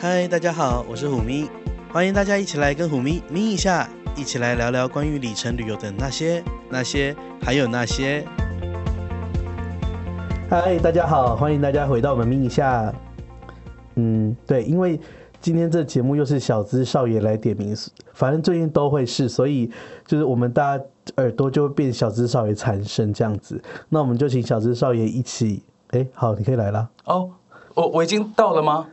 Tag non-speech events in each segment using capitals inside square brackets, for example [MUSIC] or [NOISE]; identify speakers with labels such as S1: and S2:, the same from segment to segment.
S1: 嗨，大家好，我是虎咪，欢迎大家一起来跟虎咪咪一下，一起来聊聊关于里程旅游的那些、那些，还有那些。
S2: 嗨，大家好，欢迎大家回到我们咪一下。嗯，对，因为今天这节目又是小资少爷来点名，反正最近都会是，所以就是我们大家耳朵就会变小资少爷缠身这样子。那我们就请小资少爷一起，哎，好，你可以来啦，
S3: 哦，我我已经到了吗？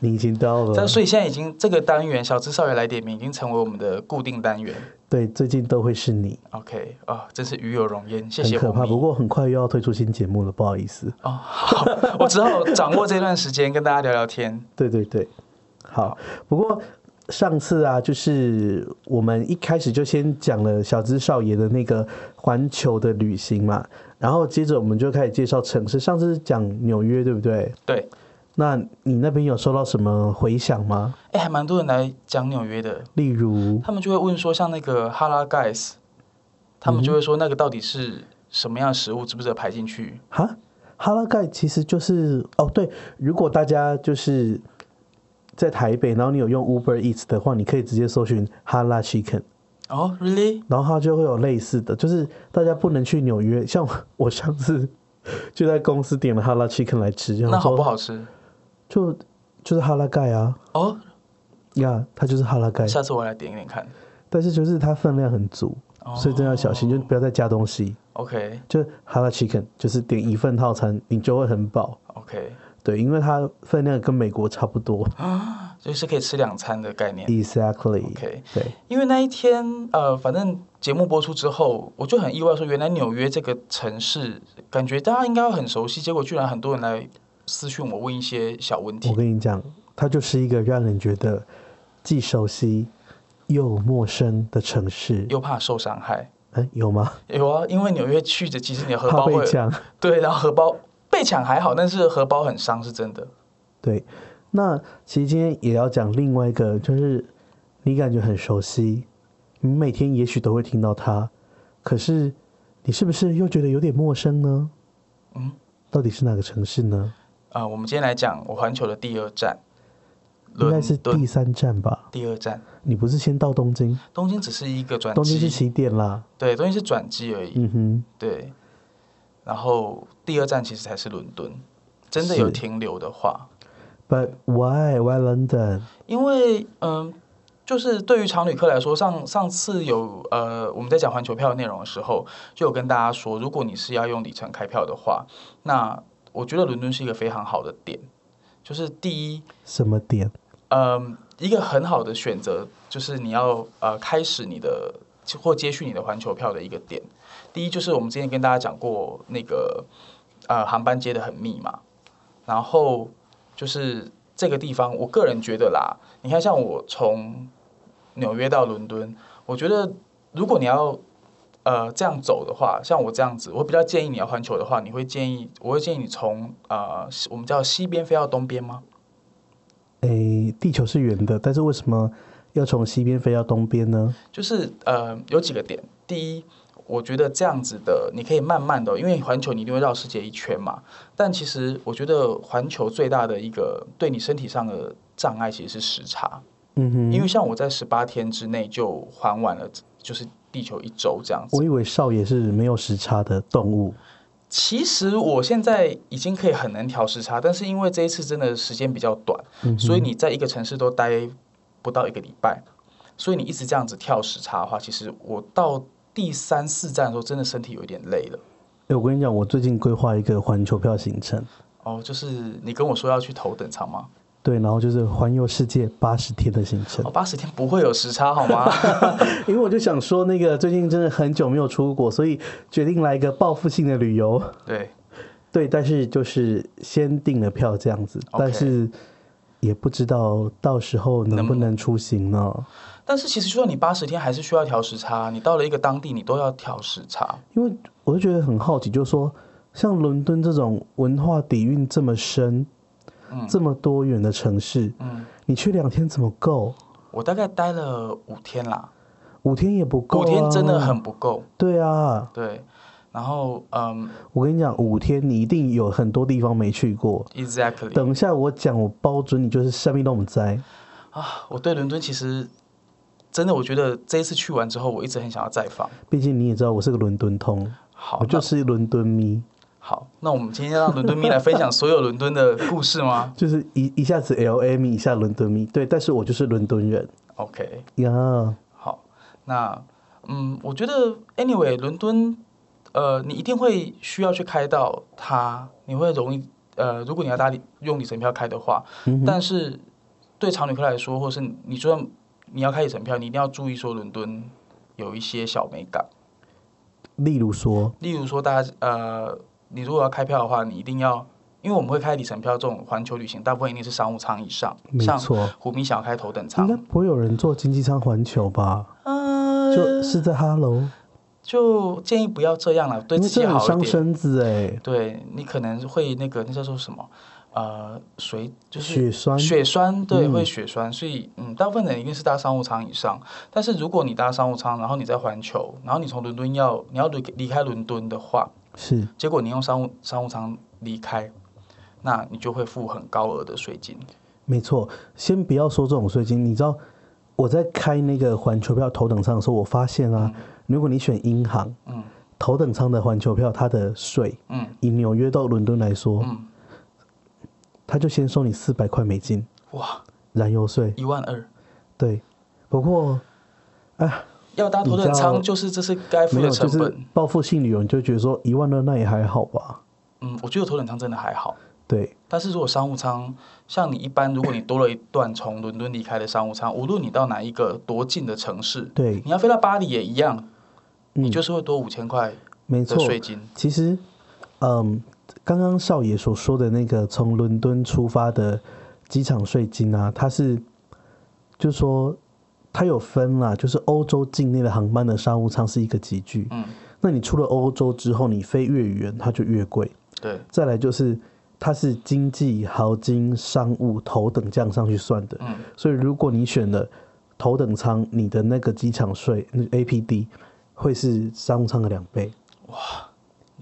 S2: 你已经到
S3: 这
S2: 了
S3: 样，。所以现在已经这个单元“小资少爷来点名”已经成为我们的固定单元。
S2: 对，最近都会是你，
S3: OK，哦，真是与有荣焉，谢
S2: 很
S3: 谢
S2: 可
S3: 我
S2: 怕。
S3: 们。
S2: 不过很快又要推出新节目了，不好意思。
S3: 哦，好，我只好掌握这段时间跟大家聊聊天。
S2: 对对对，好。不过上次啊，就是我们一开始就先讲了小资少爷的那个环球的旅行嘛，然后接着我们就开始介绍城市。上次是讲纽约，对不对？
S3: 对，
S2: 那你那边有收到什么回响吗？
S3: 哎，还蛮多人来讲纽约的，
S2: 例如，
S3: 他们就会问说，像那个哈拉盖斯，他们就会说那个到底是什么样的食物，值不值得排进去？
S2: 哈，哈拉盖其实就是哦，对，如果大家就是在台北，然后你有用 Uber Eats 的话，你可以直接搜寻哈拉 Chicken。
S3: 哦，really？
S2: 然后它就会有类似的，就是大家不能去纽约。像我我上次就在公司点了哈拉 chicken 来吃，然后
S3: 那好
S2: 说
S3: 不？好吃？
S2: 就就是哈拉盖啊，
S3: 哦，
S2: 呀，它就是哈拉盖，
S3: 下次我来点一点看。
S2: 但是就是它分量很足，
S3: 哦
S2: 所以真的要小心，就不要再加东西。
S3: OK
S2: 就哈拉 chicken 就是点一份套餐，你就会很饱。
S3: OK，
S2: 对，因为它分量跟美国差不多。
S3: 啊就是可以吃两餐的概念。
S2: Exactly。
S3: OK
S2: 对，
S3: 因为那一天，呃，反正节目播出之后，我就很意外，说原来纽约这个城市，感觉大家应该会很熟悉，结果居然很多人来私讯我问一些小问
S2: 我
S3: 题。
S2: 跟你讲，它就是一个让人觉得既熟悉又陌生的城市。
S3: 又怕受伤害，
S2: 嗯，有吗？
S3: 有啊，因为纽约去的，其实你的荷
S2: 怕
S3: 包
S2: 被
S3: 会
S2: 抢。 [LAUGHS]
S3: 对，然后荷包被抢还好，但是荷包很伤是真的。
S2: 对，那其实今天也要讲另外一个，就是你感觉很熟悉，你每天也许都会听到它，可是你是不是又觉得有点陌生呢？
S3: 嗯，
S2: 到底是哪个城市呢？
S3: 呃，我们今天来讲我环球的第二站，
S2: 应
S3: 伦
S2: 该是第
S3: 敦
S2: 三站吧？
S3: 第二站，
S2: 你不是先到东京？
S3: 东京只是一个转
S2: 东京是
S3: 机，
S2: 起点啦。
S3: 对，东京是转机而已。
S2: 嗯哼，
S3: 对，然后第二站其实才是伦敦。真的有
S2: 是
S3: 停留的话，
S2: ，But why why London？
S3: 因为嗯、就是对于常旅客来说，上上次有呃我们在讲环球票的内容的时候，就有跟大家说，如果你是要用里程开票的话，那我觉得伦敦是一个非常好的点，就是第一，
S2: 什么点？
S3: 嗯，一个很好的选择就是你要呃开始你的呃或接续你的环球票的一个点。第一就是我们之前跟大家讲过那个呃航班接的很密嘛，然后就是这个地方，我个人觉得啦，你看像我从纽约到伦敦，我觉得如果你要呃这样走的话，像我这样子，我比较建议你要环球的话，你会建议我会建议你从呃西我们叫西边飞到东边吗？
S2: 诶，地球是圆的，但是为什么要从西边飞到东边呢？
S3: 就是呃，有几个点。第一，我觉得这样子的，你可以慢慢的，因为环球你一定会绕世界一圈嘛。但其实我觉得环球最大的一个对你身体上的障碍其实是时差，
S2: 嗯哼，
S3: 因为像我在十八天之内就还完了，就是地球一周这样子
S2: 我。以为少爷是没有时差的动物。
S3: 其实我现在已经可以很能调时差，但是因为这一次真的时间比较短，
S2: 嗯哼
S3: 所以你在一个城市都待不到一个礼拜，所以你一直这样子跳时差的话，其实我到第三四站的时候，真的身体有一点累了。
S2: 哎、我跟你讲，我最近规划一个环球票行程，
S3: 哦，就是你跟我说要去头等舱吗？
S2: 对，然后就是环游世界八十天的行程 [LAUGHS]
S3: 哦，。八十天不会有时差好吗？
S2: 因为我就想说，那个最近真的很久没有出国，所以决定来一个报复性的旅游。
S3: 对，
S2: 对，但是就是先订了票这样子
S3: OK
S2: 但是也不知道到时候能不
S3: 能
S2: 能出行呢？
S3: 但是其实就算你八十天，还是需要调时差。你到了一个当地，你都要调时差。
S2: 因为我就觉得很好奇，就是说像伦敦这种文化底蕴这么深、
S3: 嗯
S2: 这么多元的城市，
S3: 嗯，
S2: 你去两天怎么够？
S3: 我大概待了五天啦，
S2: 五天也不够、啊，
S3: 五天真的很不够。
S2: 对啊，
S3: 对，然后嗯
S2: 我跟你讲，五天你一定有很多地方没去过。
S3: ，exactly
S2: 等一下我讲，我包准你就是下面都不在。
S3: 啊，我对伦敦其实真的，我觉得这一次去完之后，我一直很想要再访。
S2: 毕竟你也知道我是个伦敦通，
S3: 好，
S2: 我就
S3: 那
S2: 是伦敦迷，
S3: 好，那我们今天让伦敦咪来分享所有伦敦的故事吗
S2: 就是一一下子 L A 迷，一下伦敦迷。对，但是我就是伦敦人
S3: ？OK，
S2: 呀。
S3: 好，那嗯，我觉得 anyway，伦敦，呃，你一定会需要去开到它，你会容易呃，如果你要搭里用里程票开的话，
S2: 嗯
S3: 但是对常旅客来说，或是你你就算你要开里程票，你一定要注意说伦敦有一些小美感，
S2: 例如说，
S3: 例如说大家呃，你如果要开票的话，你一定要。因为我们会开里程票，这种环球旅行大部分一定是商务舱以上，
S2: 没
S3: 像
S2: 错，
S3: 虎迷想要开头等
S2: 应
S3: 舱
S2: 该，不会有人坐经济舱环球吧？
S3: 呃，
S2: 就是在哈喽，
S3: 就建议不要这样了，对
S2: 因
S3: 自
S2: 为
S3: 己
S2: 这很
S3: 好一
S2: 伤
S3: 点。
S2: 身子哎，
S3: 对你可能会那个那叫做什么？呃，水就是
S2: 血栓。
S3: 血栓，对，
S2: 嗯
S3: 会血栓。所以嗯，大部分人一定是搭商务舱以上。但是如果你搭商务舱，然后你在环球，然后你从伦敦要你要离离开伦敦的话，
S2: 是
S3: 结果你用商务商务舱离开，那你就会付很高额的税金。
S2: 没错，先不要说这种税金，你知道我在开那个环球票头等舱的时候，我发现啊，如果你选银行
S3: 嗯
S2: 头等舱的环球票，它的税
S3: 嗯
S2: 以纽约到伦敦来说，
S3: 嗯，
S2: 它就先收你四百块美金
S3: 哇，
S2: 燃油税。
S3: 一万二。
S2: 对，不过
S3: 要搭头等
S2: 你知道
S3: 舱，就是这是该付
S2: 没有，
S3: 的成
S2: 就是
S3: 本。
S2: 报复性旅游，你就觉得说一万二那也还好吧？
S3: 嗯，我觉得头等舱真的还好。
S2: 对，
S3: 但是如果商务舱，像你一般，如果你多了一段从伦敦离开的商务舱，无论你到哪一个多近的城市，
S2: 对
S3: 你要飞到巴黎也一样，
S2: 嗯
S3: 你就是会多五千块
S2: 没
S3: 的
S2: 错。
S3: 税金。
S2: 其实，嗯，刚刚少爷所说的那个从伦敦出发的机场税金啊，它是，就说它有分啦，就是欧洲境内的航班的商务舱是一个集聚，
S3: 嗯，
S2: 那你出了欧洲之后，你飞越远它就越贵。
S3: 对，
S2: 再来就是它是经济、豪金、商务、头等这样上去算的，
S3: 嗯，
S2: 所以如果你选了头等舱，你的那个机场税那 APD 会是商务舱的两倍。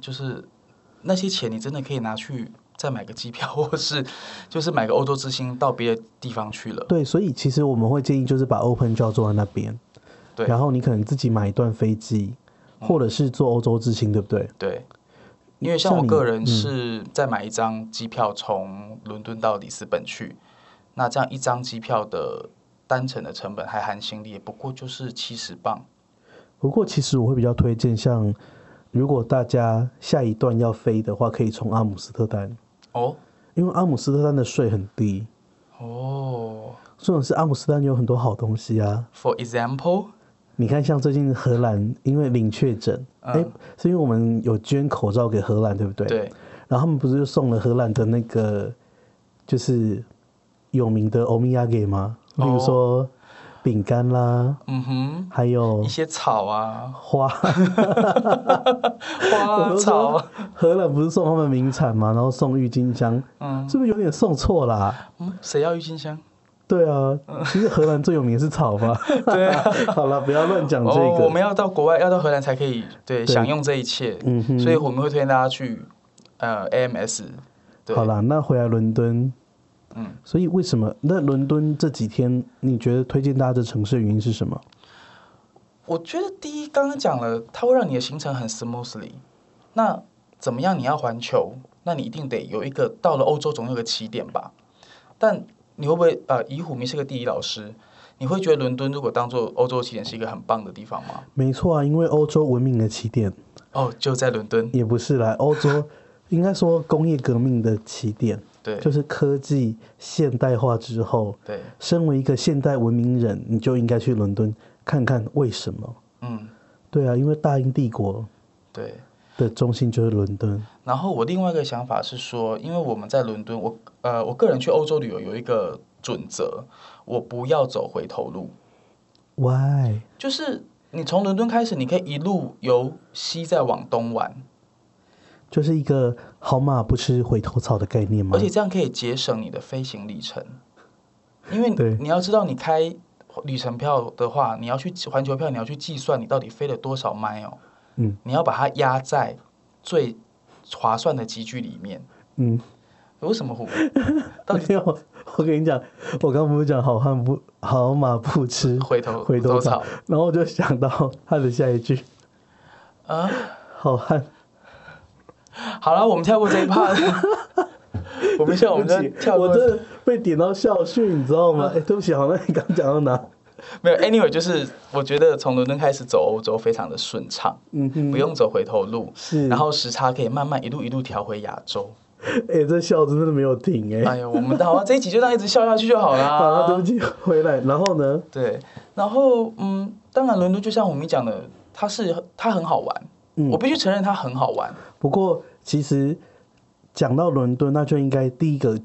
S3: 就是那些钱你真的可以拿去再买个机票， [LAUGHS] 或是就是买个欧洲之星到别的地方去了。
S2: 对，所以其实我们会建议就是把 Open 就要坐在那边，
S3: 对嗯
S2: 然后你可能自己买一段飞机，或者是坐欧洲之星，对不对？
S3: 对，因为像我
S2: 像你
S3: 个人
S2: 嗯
S3: 是再买一张机票从伦敦到里斯本去，那这样一张机票的单程的成本还含行李，也不过就是七十磅。
S2: 不过其实我会比较推荐像。如果大家下一段要飞的话，可以从阿姆斯特丹，
S3: 哦
S2: 因为阿姆斯特丹的税很低。
S3: 哦
S2: 重点是阿姆斯特丹有很多好东西啊！
S3: ，For example，
S2: 你看，像最近荷兰因为零确诊，
S3: 嗯
S2: 哎、是因为我们有捐口罩给荷兰，对不对？。
S3: 对，
S2: 然后他们不是就送了荷兰的那个，就是有名的欧米亚给吗？
S3: 哦
S2: 例如说饼干啦，
S3: 嗯哼，
S2: 还有
S3: 一些草啊，
S2: 花。 [LAUGHS] 我
S3: 花
S2: 都
S3: 草
S2: 说
S3: 啊，
S2: 荷兰不是送他们名产吗？然后送郁金香，
S3: 嗯
S2: 是不是有点送错啦、
S3: 嗯，谁要郁金香？
S2: 对啊，其实荷兰最有名的是草吧？
S3: 嗯 [LAUGHS] 对啊。
S2: [LAUGHS] 好了，不要乱讲这
S3: 哦，
S2: 个。
S3: 我们要到国外，要到荷兰才可以对
S2: 对
S3: 享用这一切，
S2: 嗯哼
S3: 所以我们会推荐大家去呃 AMS，对，
S2: 好啦，那回来伦敦，
S3: 嗯，
S2: 所以为什么那伦敦这几天你觉得推荐大家的城市的原因是什么？
S3: 我觉得第一，刚刚讲了，它会让你的行程很 smoothly。那怎么样？你要环球，那你一定得有一个到了欧洲总有个起点吧？但你会不会呃，以虎迷是个地理老师，你会觉得伦敦如果当做欧洲起点是一个很棒的地方吗？
S2: 没错啊，因为欧洲文明的起点
S3: 哦，就在伦敦，
S2: 也不是啦，欧
S3: [LAUGHS]
S2: 洲应该说工业革命的起点，
S3: 对
S2: 就是科技现代化之后，
S3: 对，
S2: 身为一个现代文明人，你就应该去伦敦看看为什么。
S3: 嗯，
S2: 对啊，因为大英帝国
S3: 对。
S2: 的中心就是伦敦。
S3: 然后我另外一个想法是说，因为我们在伦敦，我呃，我个人去欧洲旅游有一个准则，我不要走回头路。
S2: Why？
S3: 就是你从伦敦开始，你可以一路由西再往东玩，
S2: 就是一个好马不吃回头草的概念吗？
S3: 而且这样可以节省你的飞行里程，因为
S2: 对
S3: 你要知道，你开旅程票的话，你要去计环球票，你要去计算你到底飞了多少 mile，
S2: 嗯，
S3: 你要把它压在最划算的集聚里面。
S2: 嗯，
S3: 为什么虎？到底
S2: 没有，我跟你讲，我刚不是讲好汉不好马不吃
S3: 回头
S2: 回头
S3: 头
S2: 草
S3: 草，
S2: 然后我就想到他的下一句，
S3: 啊？
S2: 好汉
S3: [LAUGHS] 好了，我们跳过这一
S2: [LAUGHS]
S3: part。我们现在我们在
S2: 对不起
S3: 跳过，
S2: 我真的被点到校训，你知道吗？哎、对不起，好，那你刚讲到哪？
S3: 没有。Anyway，就是我觉得从伦敦开始走欧洲非常的顺畅，
S2: 嗯哼，
S3: 不用走回头路，
S2: 是
S3: 然后时差可以慢慢一路一路调回亚洲。
S2: 哎、这笑真的没有停哎、
S3: 哎呀，我们好啊，这一集就这样一直笑下去就好
S2: [LAUGHS]
S3: 啦。
S2: 好了，对不起，回来，然后呢？
S3: 对，然后嗯，当然伦敦就像我们讲的，它是它很好玩，
S2: 嗯
S3: 我必须承认它很好玩。
S2: 不过其实讲到伦敦，那就应该第一个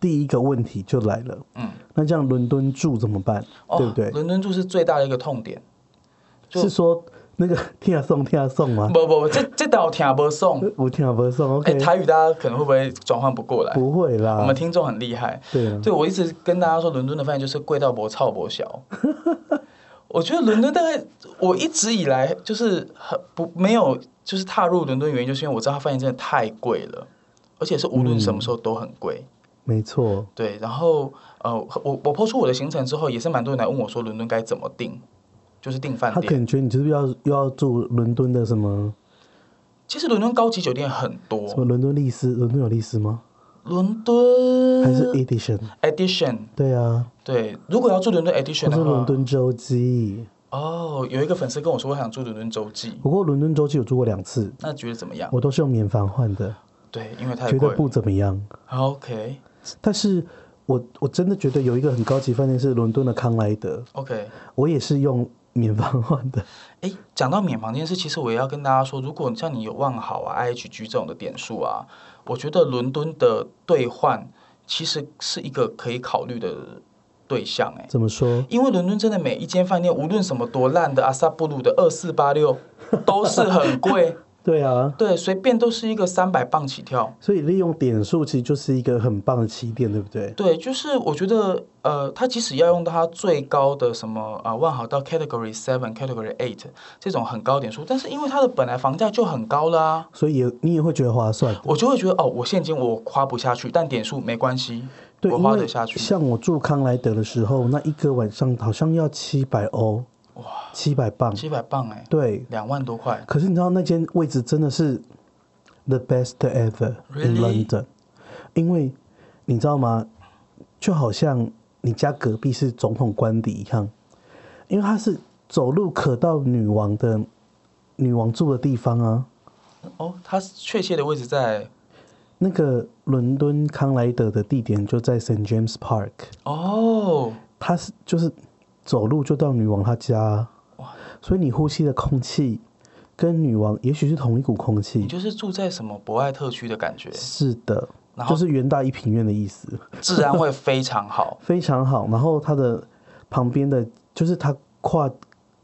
S2: 第一个问题就来了，
S3: 嗯，
S2: 那这样伦敦住怎么办？对不对？
S3: 哦伦敦住是最大的一个痛点。就是
S2: 说那个听啊送听啊送吗？
S3: 不不不，这这倒听不送。
S2: [LAUGHS] 我听啊不送
S3: 哎、
S2: ，OK，、
S3: 台语大家可能会不会转换不过来？
S2: 不会啦，
S3: 我们听众很厉害。
S2: 对啊，
S3: 对，我一直跟大家说，伦敦的饭店就是贵到博操
S2: [LAUGHS]
S3: 博小。我觉得伦敦大概，我一直以来就是很不没有就是踏入伦敦的原因，就是因为我知道它饭店真的太贵了，而且是无论什么时候都很贵。
S2: 没错，
S3: 对，然后呃，我我抛出我的行程之后，也是蛮多人来问我说，伦敦该怎么订，就是订饭
S2: 他可
S3: 店。
S2: 能觉得你就是要又要住伦敦的什么
S3: 其实伦敦高级酒店很
S2: 什么
S3: 多，
S2: 伦敦丽思，伦敦有丽思吗？
S3: 伦敦
S2: 还是 Edition？
S3: Edition
S2: 对啊，
S3: 对，如果要住伦敦
S2: 或
S3: Edition 的
S2: 是
S3: 话，
S2: 伦敦洲际。
S3: 哦，有一个粉丝跟我说，我想住伦敦洲际，
S2: 不过伦敦洲际有住过两次，
S3: 那觉得怎么样？
S2: 我都是用免房换的，
S3: 对，因为太
S2: 觉
S3: 贵
S2: 得
S3: 了。
S2: 不怎么样。
S3: OK
S2: 但是我我真的觉得有一个很高级饭店是伦敦的康莱德，
S3: OK，
S2: 我也是用免房换的。 [LAUGHS]
S3: 哎，讲到免房这件事，其实我也要跟大家说，如果像你有万豪啊、IHG 这种的点数啊，我觉得伦敦的兑换其实是一个可以考虑的对象哎，
S2: 怎么说？
S3: 因为伦敦真的每一间饭店，无论什么多烂的阿萨布鲁的二四八六，都是很贵，
S2: [LAUGHS] 对啊，
S3: 对，随便都是一个三百磅起跳。
S2: 所以利用点数其实就是一个很棒的起点，对不对？
S3: 对，就是我觉得，呃，它即使要用到它最高的什么呃万豪到 Category Seven、Category Eight 这种很高点数，但是因为它的本来房价就很高啦、
S2: 所以也你也会觉得划算的。
S3: 我就会觉得哦，我现金我花不下去，但点数没关系，
S2: 对，
S3: 我
S2: 因
S3: 花得
S2: 为
S3: 下去。
S2: 像我住康莱德的时候，那一个晚上好像要七百欧，
S3: 哇，
S2: 七百磅。
S3: 七百磅哎、
S2: 对，
S3: 两万多块，
S2: 可是你知道那间位置真的是 the best ever in
S3: Really？
S2: London，因为你知道吗？就好像你家隔壁是总统官邸一样，因为它是走路可到女王的女王住的地方啊。
S3: 哦，它确切的位置在
S2: 那个伦敦康莱德的地点就在 St James Park，
S3: 哦，
S2: 它是就是走路就到女王她家啊、所以你呼吸的空气跟女王也许是同一股空气
S3: 你，就是住在什么博爱特区的感觉，
S2: 是的，
S3: 然后
S2: 就是元大一平院的意思，。
S3: 治安会非常好
S2: 非常好。然后它的旁边的就是它跨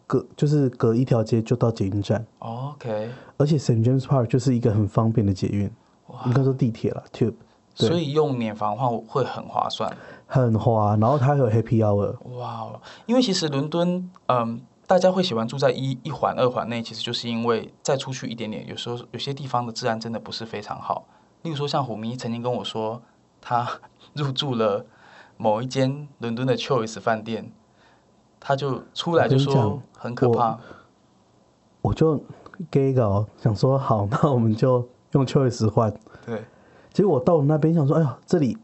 S2: 隔就是隔一条街就到捷运站，
S3: OK，
S2: 而且 St James Park 就是一个很方便的捷运，应该说地铁啦 Tube，对
S3: 所以用免房换会很划算。
S2: 很滑。然后它还有 Happy Hour，
S3: 哇哦，因为其实伦敦，嗯，大家会喜欢住在一一环、二环内，其实就是因为再出去一点点，有时候有些地方的治安真的不是非常好。例如说，像虎迷曾经跟我说，他 [LAUGHS] 入住了某一间伦敦的 Choice 饭店，他就出来就
S2: 我跟你
S3: 说
S2: 讲
S3: 很可怕。
S2: 我就 gay 搞想说好，那我们就用 Choice 换。
S3: 对，
S2: 结果我到了那边想说，哎呀，这里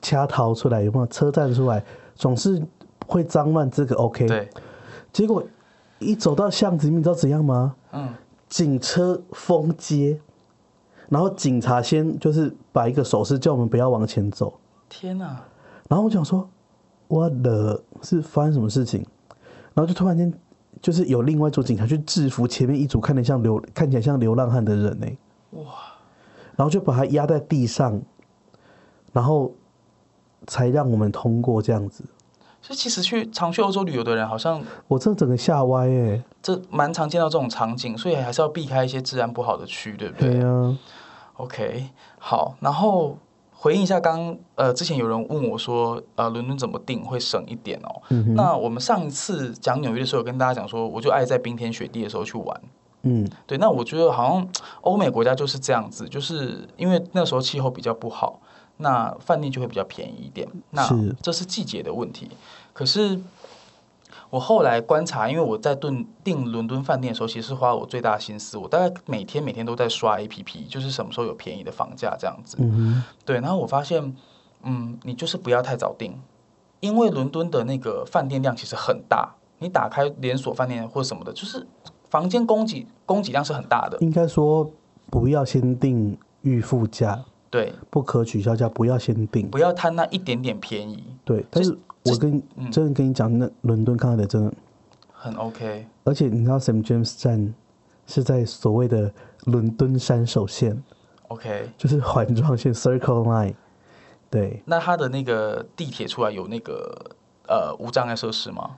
S2: 掐逃出来有没有车站出来，总是会脏乱，这个 OK。
S3: 对，
S2: 结果一走到巷子里面，你知道怎样吗？
S3: 嗯，
S2: 警车封街，然后警察先就是摆一个手势，叫我们不要往前走。
S3: 天哪，
S2: 然后我想说，我的是发生什么事情？然后就突然间，就是有另外一组警察去制服前面一组看得像流看起来像流浪汉的人呢、
S3: 哇，
S2: 然后就把他压在地上，然后才让我们通过这样子。
S3: 所以其实去常去欧洲旅游的人，好像
S2: 我真的整个吓歪哎、
S3: 这蛮常见到这种场景，所以还是要避开一些治安不好的区，对不对？
S2: 对啊，
S3: OK，好，然后回应一下刚呃之前有人问我说，呃，伦敦怎么定会省一点哦？
S2: 嗯哼，
S3: 那我们上一次讲纽约的时候，有跟大家讲说，我就爱在冰天雪地的时候去玩，
S2: 嗯
S3: 对，那我觉得好像欧美国家就是这样子，就是因为那时候气候比较不好，那饭店就会比较便宜一点。那
S2: 是
S3: 这是季节的问题。可是我后来观察，因为我在订订伦敦饭店的时候，其实花我最大心思，我大概每天每天都在刷 APP，就是什么时候有便宜的房价这样子。
S2: 嗯哼，
S3: 对，然后我发现，嗯，你就是不要太早订，因为伦敦的那个饭店量其实很大，你打开连锁饭店或什么的，就是房间供给供给量是很大的。
S2: 应该说不要先定预付价，
S3: 对，
S2: 不可取消价，不要先定。
S3: 不要贪那一点点便宜，
S2: 对，但是
S3: 这
S2: 我跟
S3: 嗯
S2: 真的跟你讲，那伦敦看到的真的，
S3: 很 OK。
S2: 而且你知道 St James 站是在所谓的伦敦山手线，
S3: OK，
S2: 就是环状线 Circle Line。对，
S3: 那它的那个地铁出来有那个呃无障碍设施
S2: [LAUGHS]
S3: 吗？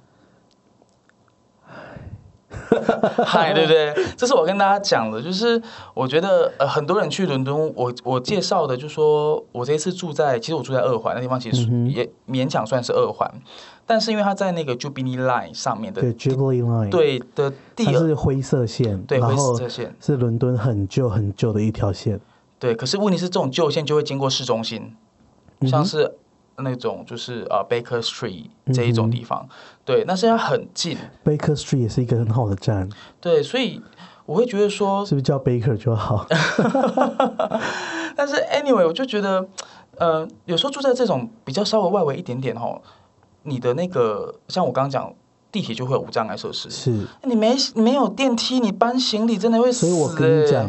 S3: 嗨，对不对？这是我跟大家讲的，就是我觉得呃很多人去伦敦，我我介绍的就说我这一次住在，其实我住在二环那地方，其实
S2: 嗯哼
S3: 也勉强算是二环，但是因为它在那个 Jubilee Line 上面的
S2: 对 Jubilee Line，，
S3: 对的第
S2: 它
S3: 二
S2: 是灰色线，
S3: 对
S2: 然
S3: 灰
S2: 后
S3: 色线，
S2: 是伦敦很旧很旧的一条线。
S3: 对，可是问题是这种旧线就会经过市中心，
S2: 嗯
S3: 像
S2: 哼
S3: 是那种就是呃 Baker Street 这一种
S2: 嗯哼
S3: 地方，对，那是它很近，
S2: Baker Street 也是一个很好的站，
S3: 对，所以我会觉得说
S2: 是，不是叫 Baker 就
S3: [LAUGHS]
S2: 好？
S3: 但是 anyway，我就觉得，呃，有时候住在这种比较稍微外围一点点吼，你的那个像我刚刚讲，地铁就会有无障碍设施，
S2: 是，
S3: 你没没有电梯，你搬行李真的会死、
S2: 所
S3: 欸。
S2: 以我跟你讲，，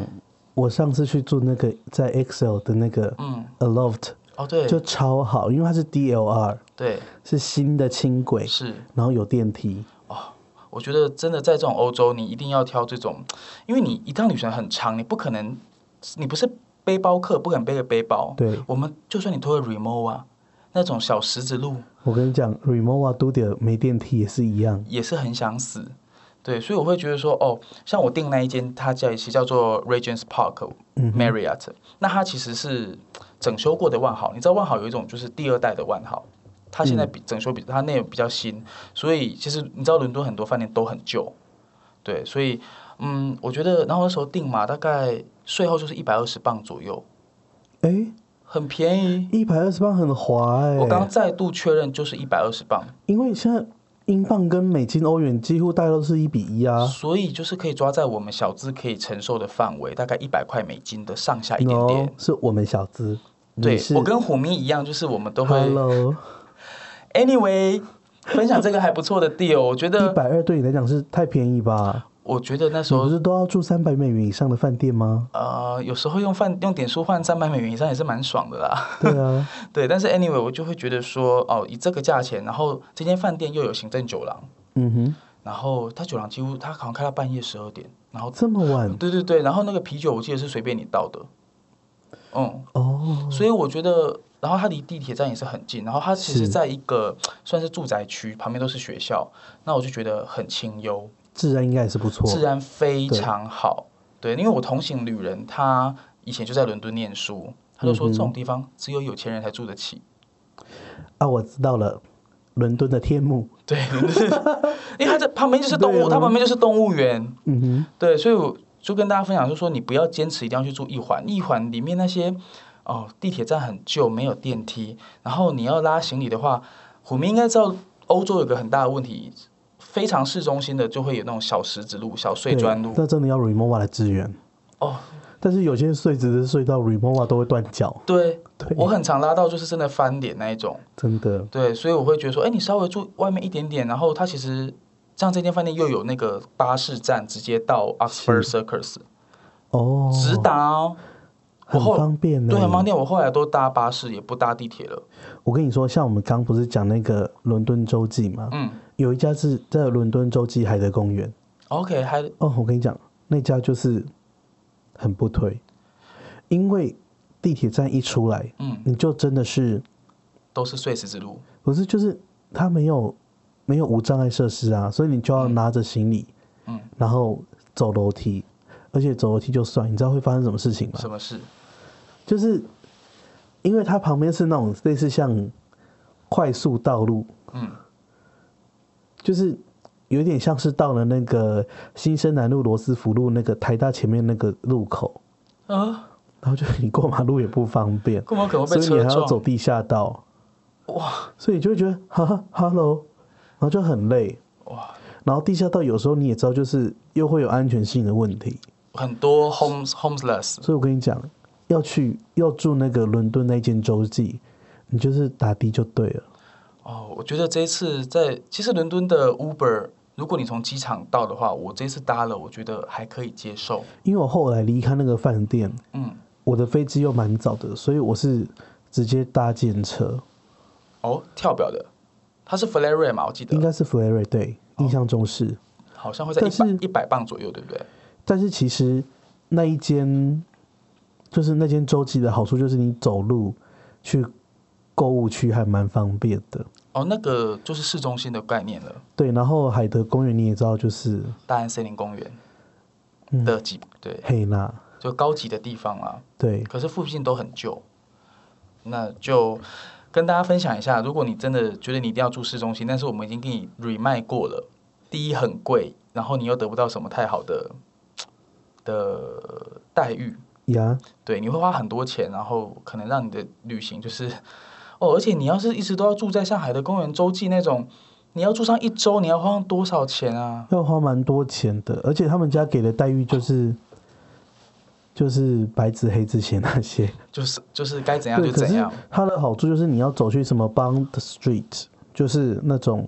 S2: 我上次去住那个在 Excel 的那个
S3: 嗯，
S2: Aloft
S3: 哦对，
S2: 就超好，因为它是 DLR，
S3: 对，
S2: 是新的轻轨，
S3: 是。
S2: 然后有电梯。
S3: 我觉得真的在这种欧洲，你一定要挑这种，因为你一趟旅程很长，你不可能，你不是背包客，不可能背个背包。
S2: 对
S3: 我们就算你拖个 remote 啊，那种小石子路
S2: 我跟你讲，Remova 都得没电梯也是一样。
S3: 也是很想死。对，所以我会觉得说，哦，像我订那一间，它叫其叫做 Regents Park
S2: 嗯哼
S3: Marriott，、那它其实是整修过的万豪。你知道万豪有一种就是第二代的万豪，它现在
S2: 嗯
S3: 比整修比它内容比较新，所以其实你知道伦敦很多饭店都很旧，对，所以嗯，我觉得然后那时候订嘛，大概税后就是一百二十磅左右，
S2: 哎，
S3: 很便宜。
S2: 一百二十磅很划哎、
S3: 我刚再度确认就是一百二十磅，
S2: 因为现在英镑跟美金、欧元几乎大家都是一比一啊。
S3: 所以就是可以抓在我们小资可以承受的范围，大概一百块美金的上下一点点。
S2: No，是我们小资。哦
S3: 对
S2: 你是
S3: 我跟虎迷一样，就是我们都会
S2: Hello，
S3: Anyway，分享这个还不错的
S2: [LAUGHS]
S3: deal，我觉
S2: 一
S3: 得，
S2: 百嗯二对你来讲是太便宜吧？
S3: 我觉得那时
S2: 你不
S3: 候
S2: 是都要住三百美元以上的饭店
S3: [LAUGHS]
S2: 吗？
S3: 呃，有时候用饭用点数换三百美元以上也是蛮爽的啦。 [LAUGHS]
S2: 对啊，
S3: 对，但是 anyway，我就会觉得说，哦，以这个价钱，然后这间饭店又有行政酒廊，
S2: 嗯哼，
S3: 然后它酒廊几乎它好像开到半夜十二点，然后
S2: 这么晚
S3: 对对对，然后那个啤酒我记得是随便你倒的，嗯，
S2: 哦，
S3: 所以我觉得，然后它离地铁站也是很近，然后它其实
S2: 是
S3: 在一个算是住宅区，旁边都是学校，那我就觉得很清幽。
S2: 治安应该也是不错。
S3: 治安非常好。对，因为我同行旅人，他以前就在伦敦念书，他就说
S2: 嗯哼
S3: 这种地方只有有钱人才住得起。 [LAUGHS]
S2: 啊，我知道了，伦敦的天幕。
S3: 对， [LAUGHS] 因为他在旁边就是动物，
S2: 对啊
S3: 他旁边就是动物园。
S2: 嗯哼，
S3: 对，所以我就跟大家分享，就说你不要坚持一定要去住一环，一环里面那些哦地铁站很旧，没有电梯，然后你要拉行李的话，虎明应该知道欧洲有个很大的问题。非常市中心的就会有那种小石子路、小碎
S2: 对
S3: 砖路
S2: 那真的要 Remova 来支援。
S3: 哦，
S2: 但是有些碎子的隧道 Remova 都会断脚，
S3: 对，
S2: 对
S3: 我很常拉到就是真的翻脸那一种，
S2: 真的。
S3: 对，所以我会觉得说，哎，你稍微住外面一点点，然后它其实像这间饭店又有那个巴士站直接到 Oxford Circus，
S2: 哦，
S3: 直达哦，
S2: 很
S3: 后
S2: 方便欸呢。
S3: 对，啊很方。便。我后来都搭巴士，也不搭地铁了。
S2: 我跟你说，像我们刚不是讲那个伦敦洲际嘛，
S3: 嗯
S2: 有一家是在伦敦洲际海德公园。
S3: ，OK，还
S2: 哦，我跟你讲，那家就是很不推，因为地铁站一出来，
S3: 嗯
S2: 你就真的是
S3: 都是碎石之路，
S2: 不是就是它没有没有无障碍设施啊，所以你就要拿着行李，
S3: 嗯，
S2: 然后走楼梯，而且走楼梯就算，你知道会发生什么事情吗？
S3: 什么事？
S2: 就是因为它旁边是那种类似像快速道路，
S3: 嗯，
S2: 就是有点像是到了那个新生南路罗斯福路那个台大前面那个路口，
S3: 啊，
S2: 然后就你过马路也不方便，
S3: 干嘛可能
S2: 所
S3: 被
S2: 以你
S3: 车
S2: 还要走
S3: 撞？
S2: 地下道，
S3: 哇
S2: 所以你就会觉得哈哈 hello，然后就很累，
S3: 哇，
S2: 然后地下道有时候你也知道，就是又会有安全性的问题，
S3: 很多 homes homeless
S2: 所以我跟你讲，要去要住那个伦敦那间洲际，你就是打的就对了。
S3: 哦，我觉得这一次在其实伦敦的 Uber，如果你从机场到的话，我这次搭了，我觉得还可以接受。
S2: 因为我后来离开那个饭店，
S3: 嗯，
S2: 我的飞机又蛮早的，所以我是直接搭建车，
S3: 哦，跳表的，它是 Flair 嘛，我记
S2: 应
S3: 得
S2: 该是 f l a r 对，印象中是。
S3: 好像会在
S2: 但
S3: 一百
S2: 是
S3: 一百磅左右，对不对？
S2: 但是其实那一间就是那间洲际的好处就是你走路去购物区还蛮方便的。
S3: 哦，那个就是市中心的概念了，
S2: 对，然后海德公园你也知道，就是
S3: 大安森林公园
S2: 嗯
S3: 的几、对，
S2: 嘿啦，
S3: 就高级的地方啦。
S2: 对，
S3: 可是附近都很旧，那就跟大家分享一下，如果你真的觉得你一定要住市中心，但是我们已经给你 remind 过了，第一很贵，然后你又得不到什么太好的的待遇，
S2: 呀，
S3: 对，你会花很多钱，然后可能让你的旅行就是，哦，而且你要是一直都要住在上海的公园洲际那种，你要住上一周，你要花多少钱啊？
S2: 要花蛮多钱的，而且他们家给的待遇就是就是白纸黑字写那些。
S3: 就是就是该怎样
S2: 对，
S3: 就
S2: 可
S3: 怎
S2: 是
S3: 样，
S2: 它的好处就是你要走去什么 Bond Street，就是那种，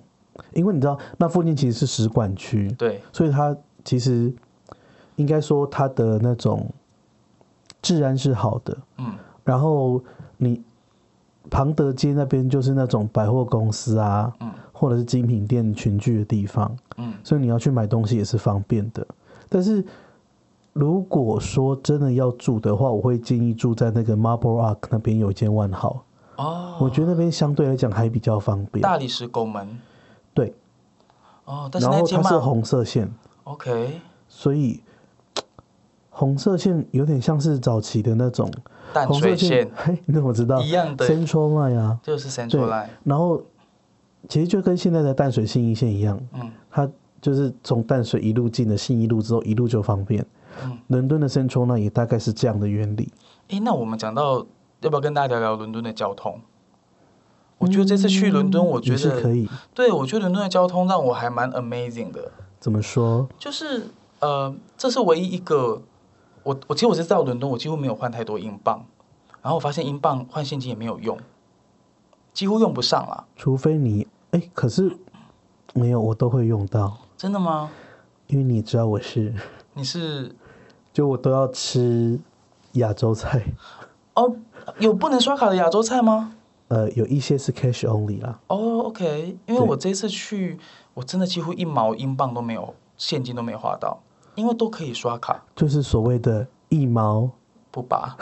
S2: 因为你知道那附近其实是使馆区，
S3: 对，
S2: 所以它其实应该说它的那种治安是好的。
S3: 嗯，
S2: 然后你庞德街那边就是那种百货公司啊，
S3: 嗯
S2: 或者是精品店群聚的地方，
S3: 嗯，
S2: 所以你要去买东西也是方便的。但是如果说真的要住的话，我会建议住在那个 Marble Arc 那边有一间万豪，
S3: 哦，
S2: 我觉得那边相对来讲还比较方便。
S3: 大理石拱门，
S2: 对，
S3: 哦，但是
S2: 然
S3: 那
S2: 后
S3: 间
S2: 它是
S3: 嘛
S2: 红色线，
S3: ，OK，
S2: 所以红色线有点像是早期的那种
S3: 淡
S2: 红色
S3: 水
S2: 线
S3: 线，
S2: 嘿，你怎么知道？
S3: 一样的
S2: Central Line 啊，
S3: 就是 Central
S2: 对
S3: Line，
S2: 然后其实就跟现在的淡水信义线一样，
S3: 嗯
S2: 它就是从淡水一路进了信义路之后，一路就方便。
S3: 嗯，
S2: 伦敦的 Central Line 也大概是这样的原理。
S3: 诶，那我们讲到要不要跟大家聊聊伦敦的交通？我觉得这次去伦敦，我觉
S2: 嗯也是可
S3: 得
S2: 以
S3: 对我觉得伦敦的交通让我还蛮 amazing 的，
S2: 怎么说？
S3: 就是呃，这是唯一一个我我其实我是到伦敦，我几乎没有换太多英镑，然后我发现英镑换现金也没有用，几乎用不上啦。
S2: 除非你哎，可是没有，我都会用到，
S3: 真的吗？
S2: 因为你知道我是，
S3: 你是
S2: 就我都要吃亚洲菜，
S3: 哦，有不能刷卡的亚洲菜吗？
S2: 呃，有一些是 cash only 啦。
S3: 哦，OK、o k 因为
S2: 对
S3: 我这次去，我真的几乎一毛英镑都没有，现金都没有花到，因为都可以刷卡
S2: 就是所谓的一毛，
S3: 不
S2: [LAUGHS]
S3: 拔。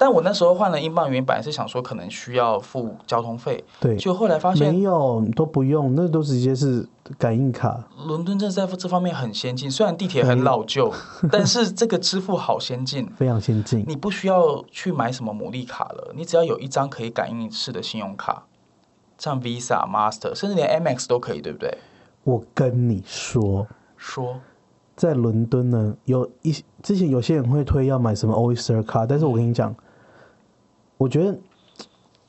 S3: 但我那时候换了英镑，原本来是想说可能需要付交通费，
S2: 对，
S3: 就后来发现
S2: 没有都不用，那都直接是感应卡。
S3: 伦敦真的在这方面很先进，虽然地铁很老
S2: [LAUGHS]
S3: 旧，但是这个支付好先进。
S2: 非常先进。
S3: 你不需要去买什么牡蛎卡了，你只要有一张可以感应式的信用卡，像 Visa、Master，甚至连 Amex 都可以，对不对？
S2: 我跟你说，
S3: 说
S2: 在伦敦呢，有一之前有些人会推要买什么 Oyster 卡，但是我跟你讲，我觉得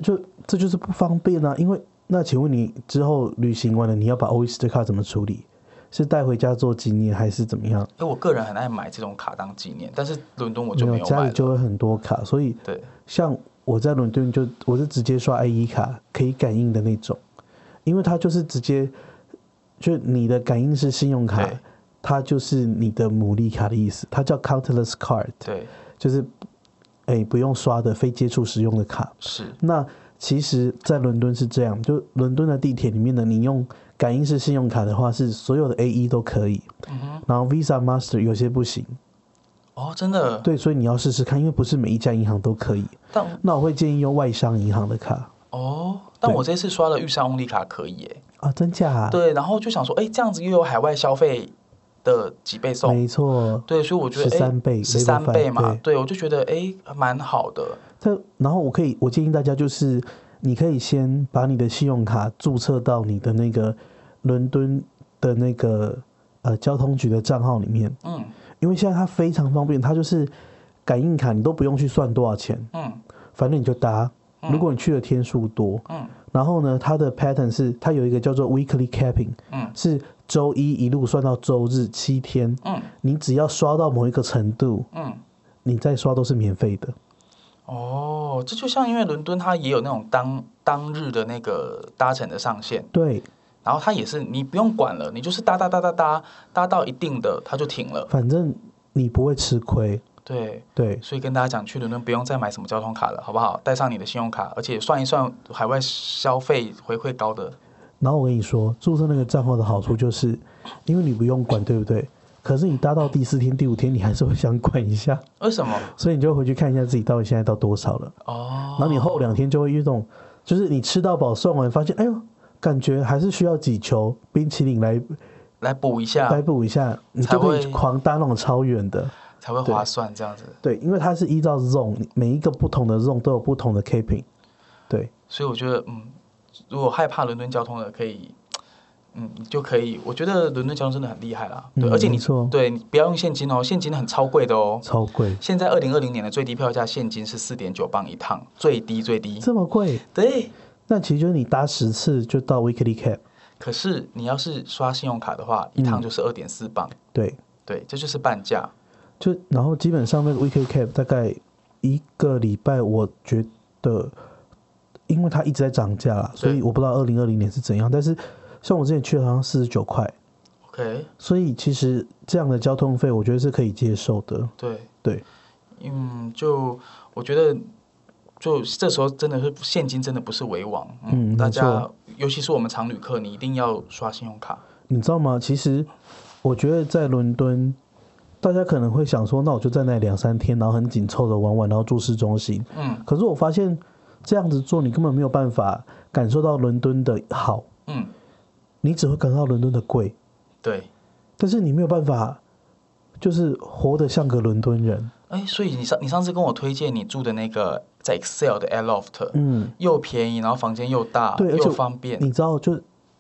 S2: 就这就是不方便啊。因为那请问你之后旅行完了，你要把 Oyster 卡怎么处理？是带回家做纪念，还是怎么样？
S3: 哎，我个人很爱买这种卡当纪念，但是伦敦我就
S2: 没
S3: 没
S2: 有，
S3: 有
S2: 家
S3: 买
S2: 里
S3: 了。
S2: 就会很多卡，所以
S3: 对，
S2: 像我在伦敦就我是直接刷 A 一卡，可以感应的那种，因为它就是直接，就你的感应式信用卡
S3: 对，
S2: 它就是你的牡蛎卡的意思，它叫 countless card，
S3: 对，
S2: 就是哎、不用刷的非接触使用的卡。
S3: 是，
S2: 那其实，在伦敦是这样，就伦敦的地铁里面呢，你用感应式信用卡的话，是所有的 A E 一都可以，
S3: 嗯哼，
S2: 然后 Visa、Master 有些不行，
S3: 哦，真的，
S2: 对，所以你要试试看，因为不是每一家银行都可以。
S3: 但
S2: 那我会建议用外商银行的卡
S3: 哦，但
S2: 对
S3: 我这次刷了玉山欧利卡可以耶，
S2: 啊，真假、啊？，
S3: 对，然后就想说，哎，这样子又有海外消费的几倍送，
S2: 没错。
S3: 对，所以我觉得哎
S2: 13倍
S3: 十三
S2: Level
S3: 倍
S2: five，
S3: 嘛，
S2: 对
S3: 我就觉得哎，蛮好的，
S2: 它然后我可以，我建议大家就是，你可以先把你的信用卡注册到你的那个伦敦的那个呃交通局的账号里面，
S3: 嗯
S2: 因为现在它非常方便，它就是感应卡，你都不用去算多少钱，
S3: 嗯
S2: 反正你就搭。如果你去的天数多，
S3: 嗯
S2: 然后呢，它的 pattern 是它有一个叫做 weekly capping，
S3: 嗯
S2: 是周一一路算到周日七天，
S3: 嗯
S2: 你只要刷到某一个程度，
S3: 嗯，
S2: 你再刷都是免费的。
S3: 哦，这就像因为伦敦它也有那种当当日的那个搭乘的上限，
S2: 对，
S3: 然后它也是你不用管了，你就是搭搭搭搭搭搭到一定的它就停了。
S2: 反正你不会吃亏。
S3: 对，
S2: 对，
S3: 所以跟大家讲，去伦敦不用再买什么交通卡了，好不好？带上你的信用卡，而且算一算海外消费回馈高的，
S2: 然后我跟你说，注册那个账号的好处就是，因为你不用管，对不对？可是你搭到第四天、第五天，你还是会想管一下， [LAUGHS]
S3: 为什么？
S2: 所以你就回去看一下自己到底现在到多少了。
S3: 哦，
S2: 然后你后两天就会有一种，就是你吃到饱算完，发现哎呦，感觉还是需要几球冰淇淋来
S3: 来补一下
S2: 来补一下，你
S3: 啊才
S2: 就可以
S3: 会
S2: 狂搭那种超远的。
S3: 才会划算，这样子。
S2: 对，因为它是依照 zone，每一个不同的 zone 都有不同的 capping。对，
S3: 所以我觉得，嗯，如果害怕伦敦交通的，可以，嗯，你就可以。我觉得伦敦交通真的很厉害啦，对，
S2: 嗯
S3: 而且你
S2: 没错
S3: 对你不要用现金哦，现金很超贵的哦。
S2: 超贵，
S3: 现在二零二零年的最低票价现金是四点九磅一趟，最低最低。
S2: 这么贵。
S3: 对，
S2: 那其实就是你搭十次就到 weekly cap，
S3: 可是你要是刷信用卡的话，一
S2: 嗯
S3: 趟就是二点四磅，
S2: 对，
S3: 对，这就是半价。
S2: 就然后基本上那个 weekly cap 大概一个礼拜，我觉得，因为它一直在涨价啦，所以我不知道二零二零年是怎样，但是像我之前去好像四十九块，
S3: OK，
S2: 所以其实这样的交通费我觉得是可以接受的，
S3: 对，
S2: 对，
S3: 嗯，就我觉得，就这时候真的是现金真的不是为王，
S2: 嗯
S3: 大
S2: 没
S3: 家
S2: 错
S3: 尤其是我们常旅客，你一定要刷信用卡，
S2: 你知道吗？其实我觉得在伦敦。大家可能会想说，那我就在那两三天，然后很紧凑的玩玩，然后住市中心。
S3: 嗯
S2: 可是我发现这样子做，你根本没有办法感受到伦敦的好，
S3: 嗯，
S2: 你只会感受到伦敦的贵，
S3: 对，
S2: 但是你没有办法，就是活得像个伦敦人。
S3: 哎，所以你上你上次跟我推荐你住的那个在 Excel 的 Aloft，、
S2: 嗯，
S3: 又便宜，然后房间又大，
S2: 对，而且
S3: 又方便，
S2: 你知道就，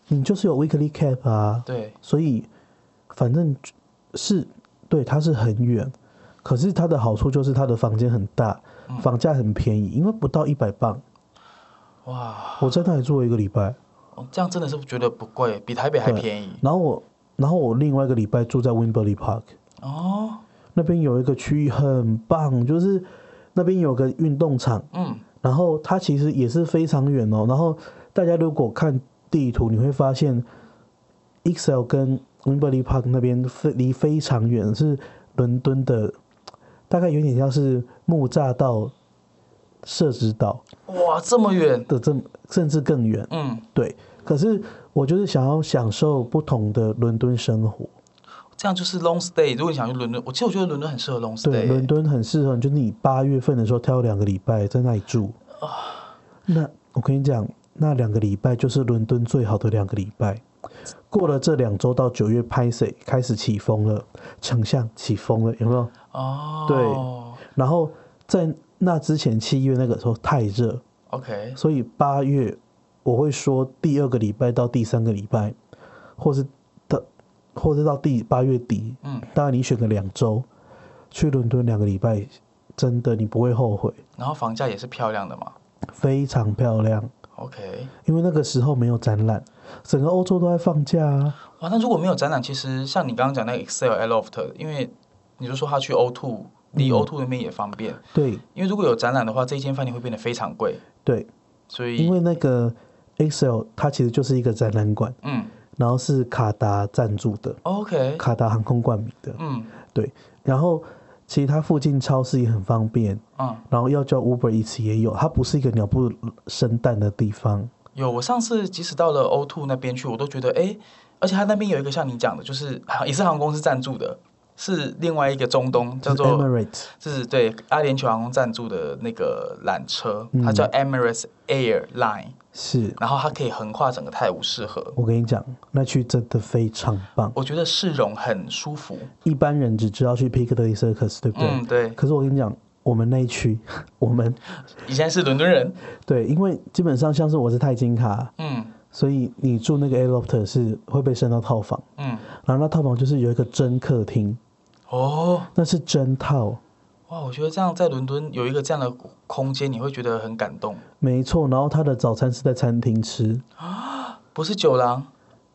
S2: 你就是有 weekly cap 啊，
S3: 对，
S2: 所以反正是对它是很远，可是它的好处就是它的房间很大，
S3: 嗯
S2: 房价很便宜，因为不到一百磅。
S3: 哇，哦
S2: 我在那里住了一个礼拜，
S3: 这样真的是觉得不贵，比台北还
S2: 对
S3: 便宜
S2: 然后我然后我另外一个礼拜住在 Wimberley Park。
S3: 哦，
S2: 那边有一个区域很棒，就是那边有个运动场，
S3: 嗯，
S2: 然后它其实也是非常远哦。然后大家如果看地图，你会发现 Excel 跟 Wimberley Park 那边非离非常远，是伦敦的，大概有点像是木栅到社子岛
S3: 哇，这么远，
S2: 的这么甚至更远。
S3: 嗯。
S2: 对，可是我就是想要享受不同的伦敦生活。
S3: 这样就是 long stay。如果你想去伦敦，我其实我觉得伦敦很适合 long stay
S2: 对，
S3: 欸。
S2: 伦敦很适合，就是你八月份的时候挑两个礼拜在那里住。那我跟你讲，那两个礼拜就是伦敦最好的两个礼拜。过了这两周到九月拍水开始起风了，成像起风了，有没有？
S3: 哦，
S2: 对然后在那之前七月那个时候太热，
S3: ，OK，
S2: 所以八月我会说第二个礼拜到第三个礼拜，或是到或是到第八月底，
S3: 嗯，
S2: 当然你选个两周去伦敦两个礼拜，真的你不会后悔，
S3: 然后房价也是漂亮的嘛
S2: 非常漂亮。
S3: ，OK。
S2: 因为那个时候没有展览，整个欧洲都在放假啊。
S3: 哇，那如果没有展览，其实像你刚刚讲那个 Excel Aloft，因为你就说他去 O two，离
S2: 嗯
S3: O two 那边也方便。
S2: 对
S3: 因为如果有展览的话，这一间饭店会变得非常贵，
S2: 对，
S3: 所
S2: 因
S3: 以
S2: 为那个 Excel 它其实就是一个展览馆，
S3: 嗯
S2: 然后是卡达赞助的，
S3: ，OK，
S2: 卡达航空冠名的。
S3: 嗯
S2: 对，然后其实它附近超市也很方便，
S3: 嗯，
S2: 然后要叫 Uber Eats 也有，它不是一个鸟不生蛋的地方。
S3: 有。我上次即使到了 O two 那边去，我都觉得哎、诶而且他那边有一个像你讲的，就是也是航空公司赞助的，是另外一个中东叫
S2: 是
S3: 做
S2: Emirates，
S3: 这是对阿联酋航空赞助的那个缆车，它
S2: 嗯
S3: 叫 Emirates Airline，
S2: 是
S3: 然后它可以横跨整个泰晤士河。
S2: 我跟你讲，那区真的非常棒。
S3: 我觉得市容很舒服，
S2: 一般人只知道去 Piccadilly Circus，对不对？
S3: 嗯，对，
S2: 可是我跟你讲，我们那一区， [LAUGHS] 我们
S3: 以前是伦敦人，
S2: 对，因为基本上像是我是钛金卡，
S3: 嗯，
S4: 所以你住那个 aloft 是会被升到套房，
S3: 嗯，
S4: 然后那套房就是有一个真客厅，
S3: 哦，
S4: 那是真套，
S3: 哇，我觉得这样在伦敦有一个这样的空间，你会觉得很感动。
S4: 没错。然后他的早餐是在餐厅吃
S3: 不是酒廊，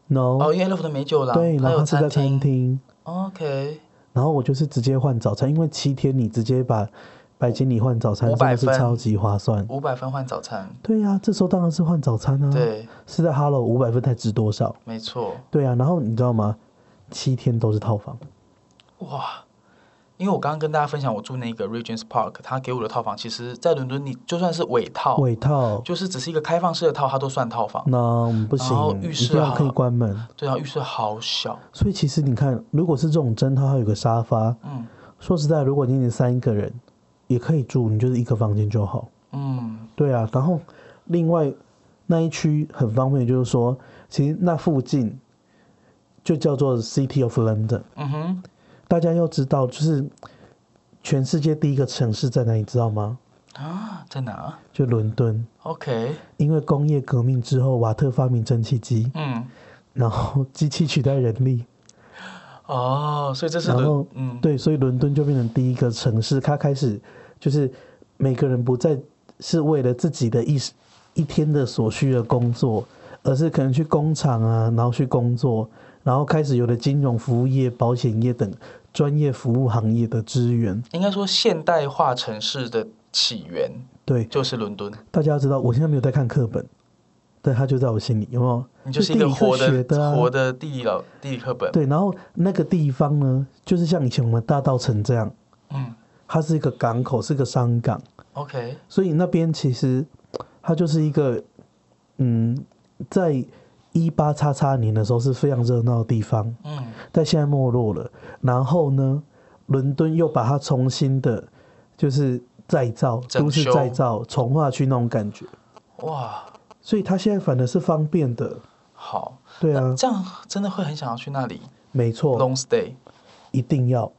S4: ，no，、
S3: 哦，因为 Love 的没酒廊，
S4: 对，然
S3: 它
S4: 后
S3: 有
S4: 他是在餐
S3: 厅。
S4: 厅，
S3: OK，
S4: 然后我就是直接换早餐，因为七天你直接把白金里换早餐，真的是
S3: 500分
S4: 超级划算。
S3: 五百分换早餐，
S4: 对呀、这时候当然是换早餐啊。，
S3: 对，
S4: 是在 Hello 五百分才值多少？
S3: 没错，
S4: 对啊，然后你知道吗？七天都是套房，
S3: 哇。因为我刚刚跟大家分享，我住那个 Regents Park，他给我的套房，其实，在伦敦你就算是尾套，
S4: 尾套，
S3: 就是只是一个开放式的套，它都算套房。
S4: 那我们不
S3: 然
S4: 行
S3: 后，浴
S4: 一
S3: 室
S4: 定要
S3: 啊
S4: 可以关门。
S3: 对啊，浴室好小，
S4: 所以其实你看，如果是这种真套，它有个沙发。
S3: 嗯
S4: 说实在，如果你是三个人，也可以住，你就是一个房间就好。
S3: 嗯，
S4: 对啊，然后另外那一区很方便，就是说，其实那附近就叫做 City of London。
S3: 嗯哼，
S4: 大家要知道，就是全世界第一个城市在哪里，知道吗？
S3: 啊，在哪
S4: 就伦敦。
S3: ？OK，
S4: 因为工业革命之后，瓦特发明蒸汽机，
S3: 嗯，
S4: 然后机器取代人力，
S3: 哦，所以这是
S4: 然
S3: 伦
S4: 后
S3: 嗯，
S4: 对，所以伦敦就变成第一个城市。它开始就是每个人不再是为了自己的一时一天的所需的工作，而是可能去工厂啊，然后去工作，然后开始有了金融服务业、保险业等专业服务行业的支援。
S3: 应该说现代化城市的起源
S4: 对，
S3: 就是伦敦，
S4: 大家要知道，我现在没有在看课本，但它就在我心里，有没有？
S3: 你就是一个
S4: 地理课
S3: 活
S4: 学
S3: 的
S4: 的啊
S3: 活的地理老地理课本。
S4: 对，然后那个地方呢，就是像以前我们大道城这样，
S3: 嗯
S4: 它是一个港口，是个商港，
S3: ，OK，
S4: 所以那边其实它就是一个，嗯，在一八叉叉年的时候是非常热闹的地方，
S3: 嗯
S4: 但现在没落了。然后呢，伦敦又把它重新的，就是再造，
S3: 整
S4: 都市
S3: 修
S4: 再造，从化区那种感觉，
S3: 哇，
S4: 所以它现在反而是方便的。
S3: 好，
S4: 对啊
S3: 那，这样真的会很想要去那里
S4: 没错，
S3: long stay。
S4: 一定要。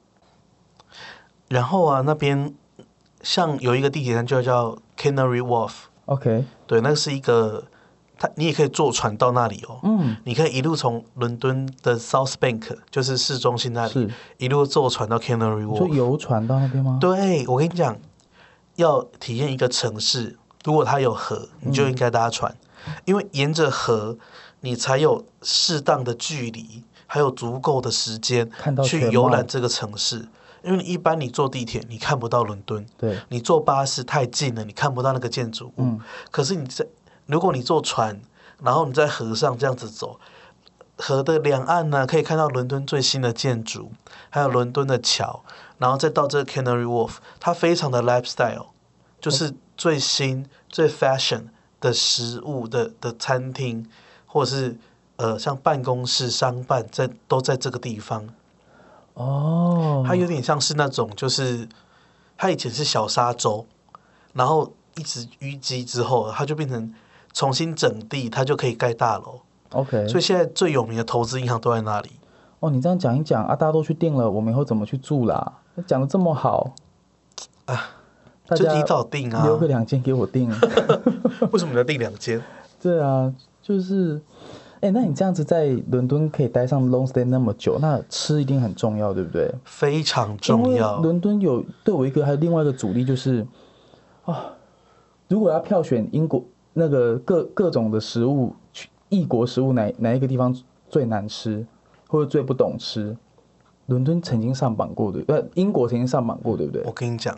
S2: 然后啊，那边像有一个地铁站就叫 Canary Wharf，
S3: OK，
S2: 对，那是一个，它你也可以坐船到那里哦。
S3: 嗯，
S2: 你可以一路从伦敦的 South Bank，就是市中心那里，
S3: 是，
S2: 一路坐船到 Canary
S3: 你说
S2: Wharf。
S3: 游船到那边吗？
S2: 对，我跟你讲，要体验一个城市，如果它有河，你
S3: 嗯
S2: 就应该搭船，因为沿着河，你才有适当的距离，还有足够的时间
S3: 看到全
S2: 去
S3: 貌
S2: 游览这个城市。因为你一般你坐地铁，你看不到伦敦；
S3: 对，
S2: 你坐巴士太近了，你看不到那个建筑物。
S3: 嗯
S2: 可是你在如果你坐船，然后你在河上这样子走，河的两岸呢可以看到伦敦最新的建筑，还有伦敦的桥，然后再到这个 Canary Wharf，它非常的 lifestyle，就是最新最 fashion 的食物的的餐厅，或者是呃像办公室、商办在都在这个地方，
S3: 哦，
S2: 它有点像是那种就是它以前是小沙洲，然后一直淤积之后，它就变成重新整地，它就可以盖大楼。
S3: OK，
S2: 所以现在最有名的投资银行都在那里。
S3: 哦，你这样讲一讲啊，大家都去订了，我们以后怎么去住啦？讲的这么好，啊，大
S2: 就
S3: 家
S2: 提早订啊
S3: 留个两间给我 [LAUGHS] 订。
S2: 为什么你要订两间？
S3: 对啊，就是，哎，那你这样子在伦敦可以待上 long stay 那么久，那吃一定很重要，对不对？
S2: 非常重
S3: 因
S2: 要
S3: 为。伦敦有对我一个还有另外一个阻力就是，啊，啊如果要票选英国那个各各种的食物，去异国食物哪哪一个地方最难吃，或者最不懂吃，伦敦曾经上榜过对，呃，英国曾经上榜过对不对
S2: 我？跟你讲，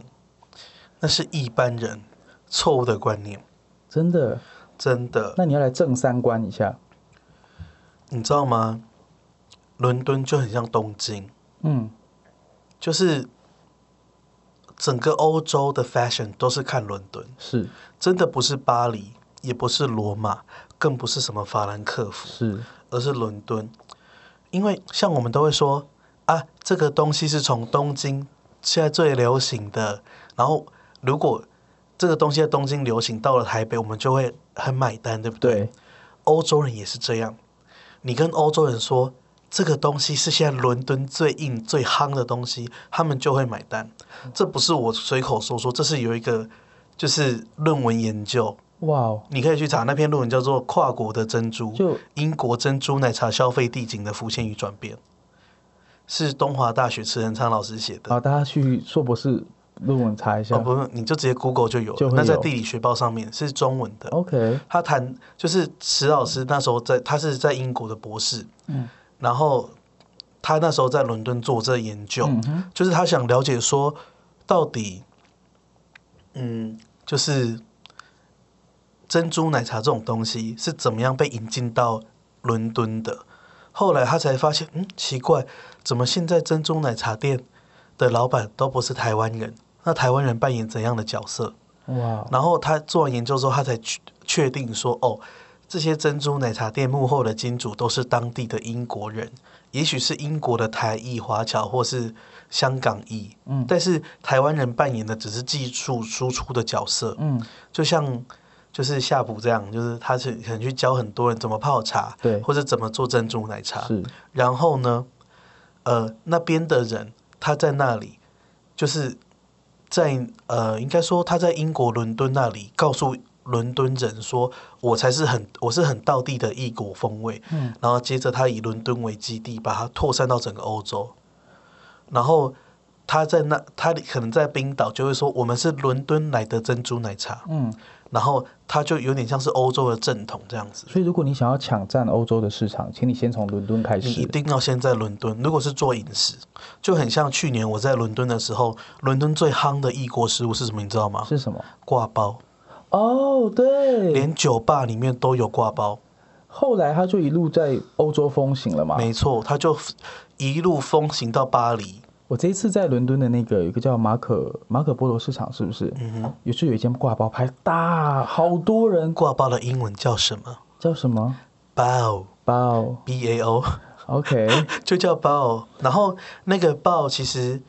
S2: 那是一般人错误的观念，
S3: 真的，
S2: 真的。
S3: 那你要来正三观一下，
S2: 你知道吗？伦敦就很像东京，
S3: 嗯，
S2: 就是整个欧洲的 fashion 都是看伦敦，
S3: 是
S2: 真的不是巴黎，也不是罗马，更不是什么法兰克福，
S3: 是，
S2: 而是伦敦。因为像我们都会说啊，这个东西是从东京现在最流行的，然后如果这个东西在东京流行到了台北，我们就会很买单，对不对？
S3: 对，
S2: 欧洲人也是这样，你跟欧洲人说这个东西是现在伦敦最硬最夯的东西，他们就会买
S4: 嗯
S2: 单。这不是我随口说说，这是有一个就是论文研究，
S4: 哇哦，
S2: 你可以去查那篇论文叫做《跨国的珍珠：
S4: 就
S2: 英国珍珠奶茶消费地景的浮现与转变》，是东华大学池恒昌老师写的。
S4: 好，大家去硕博士论文查一下。
S2: 哦，不用，你就直接 Google 就有了。
S4: 就会
S2: 那在
S4: 有
S2: 地理学报上面是中文的。
S4: OK，
S2: 他谈就是池老师那时候在，他是在英国的博士，
S3: 嗯，
S2: 然后他那时候在伦敦做这研究，
S3: 嗯哼，
S2: 就是他想了解说到底，嗯，就是珍珠奶茶这种东西是怎么样被引进到伦敦的。后来他才发现，嗯，奇怪，怎么现在珍珠奶茶店的老板都不是台湾人？那台湾人扮演怎样的角色？
S3: 哦
S4: 哇，
S2: 然后他做完研究之后，他才确确定说，哦，这些珍珠奶茶店幕后的金主都是当地的英国人，也许是英国的台裔华侨或是香港裔，
S3: 嗯
S2: 但是台湾人扮演的只是技术输出的角色，
S3: 嗯
S2: 就像就是夏普这样，就是他是可能去教很多人怎么泡茶，
S4: 对
S2: 或者怎么做珍珠奶茶，
S4: 是
S2: 然后呢，呃，那边的人他在那里，就是在呃，应该说他在英国伦敦那里告诉伦敦人说，我才是很我是很道地的异国风味。
S3: 嗯，
S2: 然后接着他以伦敦为基地，把它扩散到整个欧洲。然后他在那，他可能在冰岛就会说，我们是伦敦来的珍珠奶茶。
S3: 嗯，
S2: 然后他就有点像是欧洲的正统这样子。
S3: 所以如果你想要抢占欧洲的市场，请你先从伦敦开
S2: 你一
S3: 始。
S2: 定要先在伦敦。如果是做饮食，就很像去年我在伦敦的时候，伦敦最夯的异国食物是什么？你知道吗？
S3: 是什么？
S2: 挂包，
S3: 哦，对，
S2: 连酒吧里面都有挂包。
S3: 后来他就一路在欧洲风行了嘛。
S2: 没错，它就一路风行到巴黎。
S3: 我这一次在伦敦的那个有一个叫马可马可波罗市场，是不是？
S2: 嗯哼，
S3: 也是有一间挂包拍大，好多人
S2: 挂包的英文叫什么
S3: 叫什么
S2: ？bao
S3: 包
S2: b a o， [LAUGHS]
S3: ？OK，
S2: 就叫 bao。然后那个 bao 其实，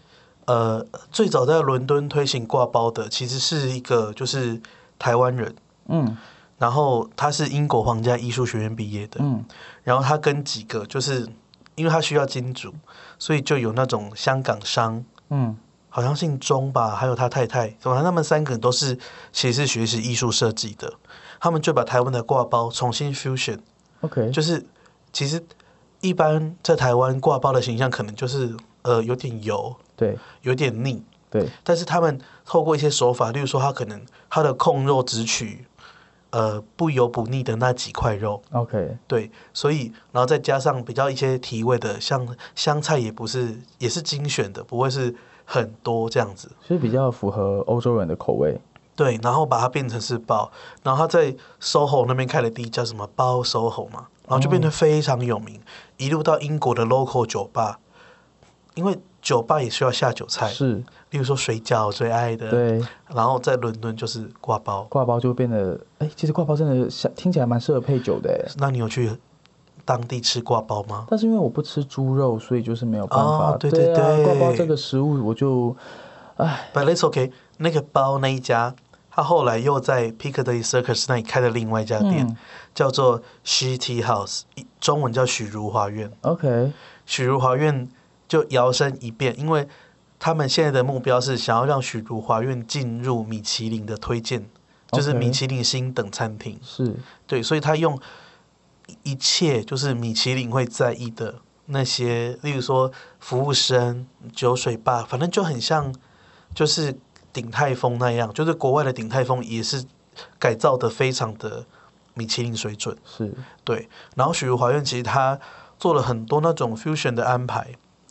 S2: 呃，最早在伦敦推行挂包的其实是一个就是台湾人，
S3: 嗯
S2: 然后他是英国皇家艺术学院毕业的。
S3: 嗯
S2: 然后他跟几个就是，因为他需要金主，所以就有那种香港商，
S3: 嗯
S2: 好像姓钟吧，还有他太太，反正他们三个人都是其实是学习艺术设计的，他们就把台湾的挂包重新 fusion，
S3: ，OK，
S2: 就是其实一般在台湾挂包的形象可能就是呃有点油，
S3: 对
S2: 有点腻，
S3: 对，
S2: 但是他们透过一些手法，例如说他可能他的控肉只取呃不油不腻的那几块肉。
S3: OK，
S2: 对，所以然后再加上比较一些提味的，像香菜也不是也是精选的，不会是很多这样子。
S3: 是比较符合欧洲人的口味。
S2: 对，然后把它变成是包，然后他在 SOHO 那边开了第一家什么包 SOHO 嘛，然后就变
S3: 嗯
S2: 得非常有名，一路到英国的 local 酒吧，因为酒吧也需要下酒菜，
S3: 是，
S2: 例如说水饺我最爱的，
S3: 对，
S2: 然后在伦敦就是挂包。
S3: 挂包就变得，哎、其实挂包真的像听起来蛮适合配酒的哎，
S2: 那你有去当地吃挂包吗？
S3: 但是因为我不吃猪肉，所以就是没有办法。
S2: 哦对
S3: 对
S2: 对
S3: 啊，
S2: 对
S3: 挂包这个食物我就，哎，
S2: But it's okay。那个包那一家，他后来又在 Piccadilly Circus 那里开了另外一家店，
S3: 嗯
S2: 叫做 She Tea House，一中文叫许如华苑。
S3: ，OK，
S2: 许如华苑就摇身一变，因为他们现在的目标是想要让许如华苑进入米其林的推荐，就是
S3: OK
S2: 米其林星等餐厅。
S3: 是，
S2: 对，所以他用一切就是米其林会在意的那些，例如说服务生、酒水吧，反正就很像就是鼎泰丰那样，就是国外的鼎泰丰也是改造的非常的米其林水准。
S3: 是，
S2: 对，然后许茹华苑其实他做了很多那种 fusion 的安排，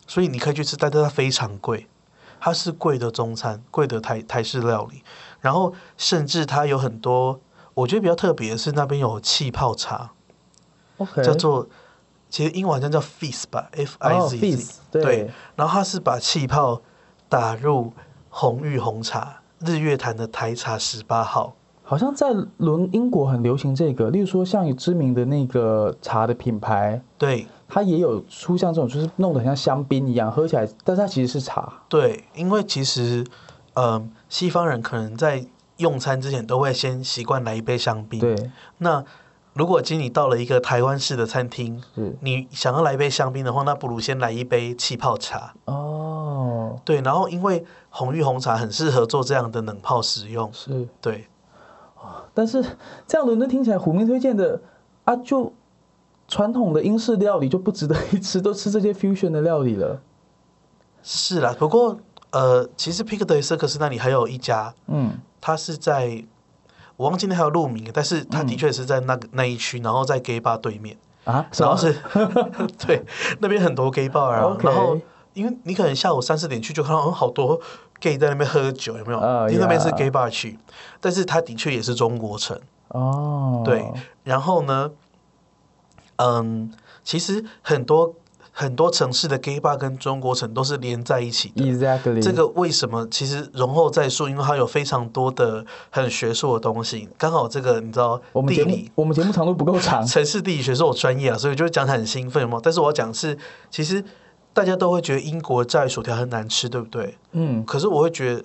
S2: 所以你可以去吃，但是它非常贵，它是贵的中餐，贵的台台式料理，然后甚至它有很多，我觉得比较特别的是那边有气泡茶，
S3: OK，
S2: 叫做其实英文好像叫 fizz 吧，F I
S3: 哦
S2: Z
S3: ，fizz，
S2: Z，
S3: 对
S2: 然后它是把气泡打入红玉红茶，日月潭的台茶十八号。
S3: 好像在伦英国很流行这个，例如说像有知名的那个茶的品牌，
S2: 对
S3: 它也有出像这种，就是弄得很像香槟一样，喝起来，但是它其实是茶。
S2: 对，因为其实，嗯、西方人可能在用餐之前都会先习惯来一杯香槟。
S3: 对，，
S2: 那如果今天你到了一个台湾式的餐厅，
S3: 是
S2: 你想要来一杯香槟的话，那不如先来一杯气泡茶。
S3: 哦，
S2: 对，然后因为红玉红茶很适合做这样的冷泡食用。
S3: 是
S2: 对，
S3: 但是这样伦敦听起来，虎明推荐的啊，就传统的英式料理就不值得一吃，都吃这些 fusion 的料理了。
S2: 是啦，不过呃，其实 Piccadilly Circus 那里还有一家，
S3: 嗯，
S2: 它是在我忘记那条路名，但是它的确是在那个那一区，然后在 gay bar 对面，
S3: 啊，
S2: 然后是 [LAUGHS] 对那边很多 gay bar 啊，
S3: OK
S2: 然后因为你可能下午三四点去就看到嗯好多 gay 在那边喝酒，有没有？
S3: 哦
S2: 因为那边是
S3: yeah
S2: gay bar 区，但是它的确也是中国城。
S3: 哦，
S2: 对，然后呢，嗯，其实很多很多城市的 gay bar 跟中国城都是连在一起的。
S3: ，exactly，
S2: 这个为什么其实容后再说，因为它有非常多的很学术的东西。刚好这个你知道
S3: 我们
S2: 地
S3: 节目
S2: 理。，
S3: 我们节目长度不够
S2: [LAUGHS]
S3: 长
S2: 城市地理学是我专业啊，所以就讲得很兴奋嘛。但是我要讲的是，其实大家都会觉得英国炸鱼薯条很难吃，对不对？
S3: 嗯，
S2: 可是我会觉得，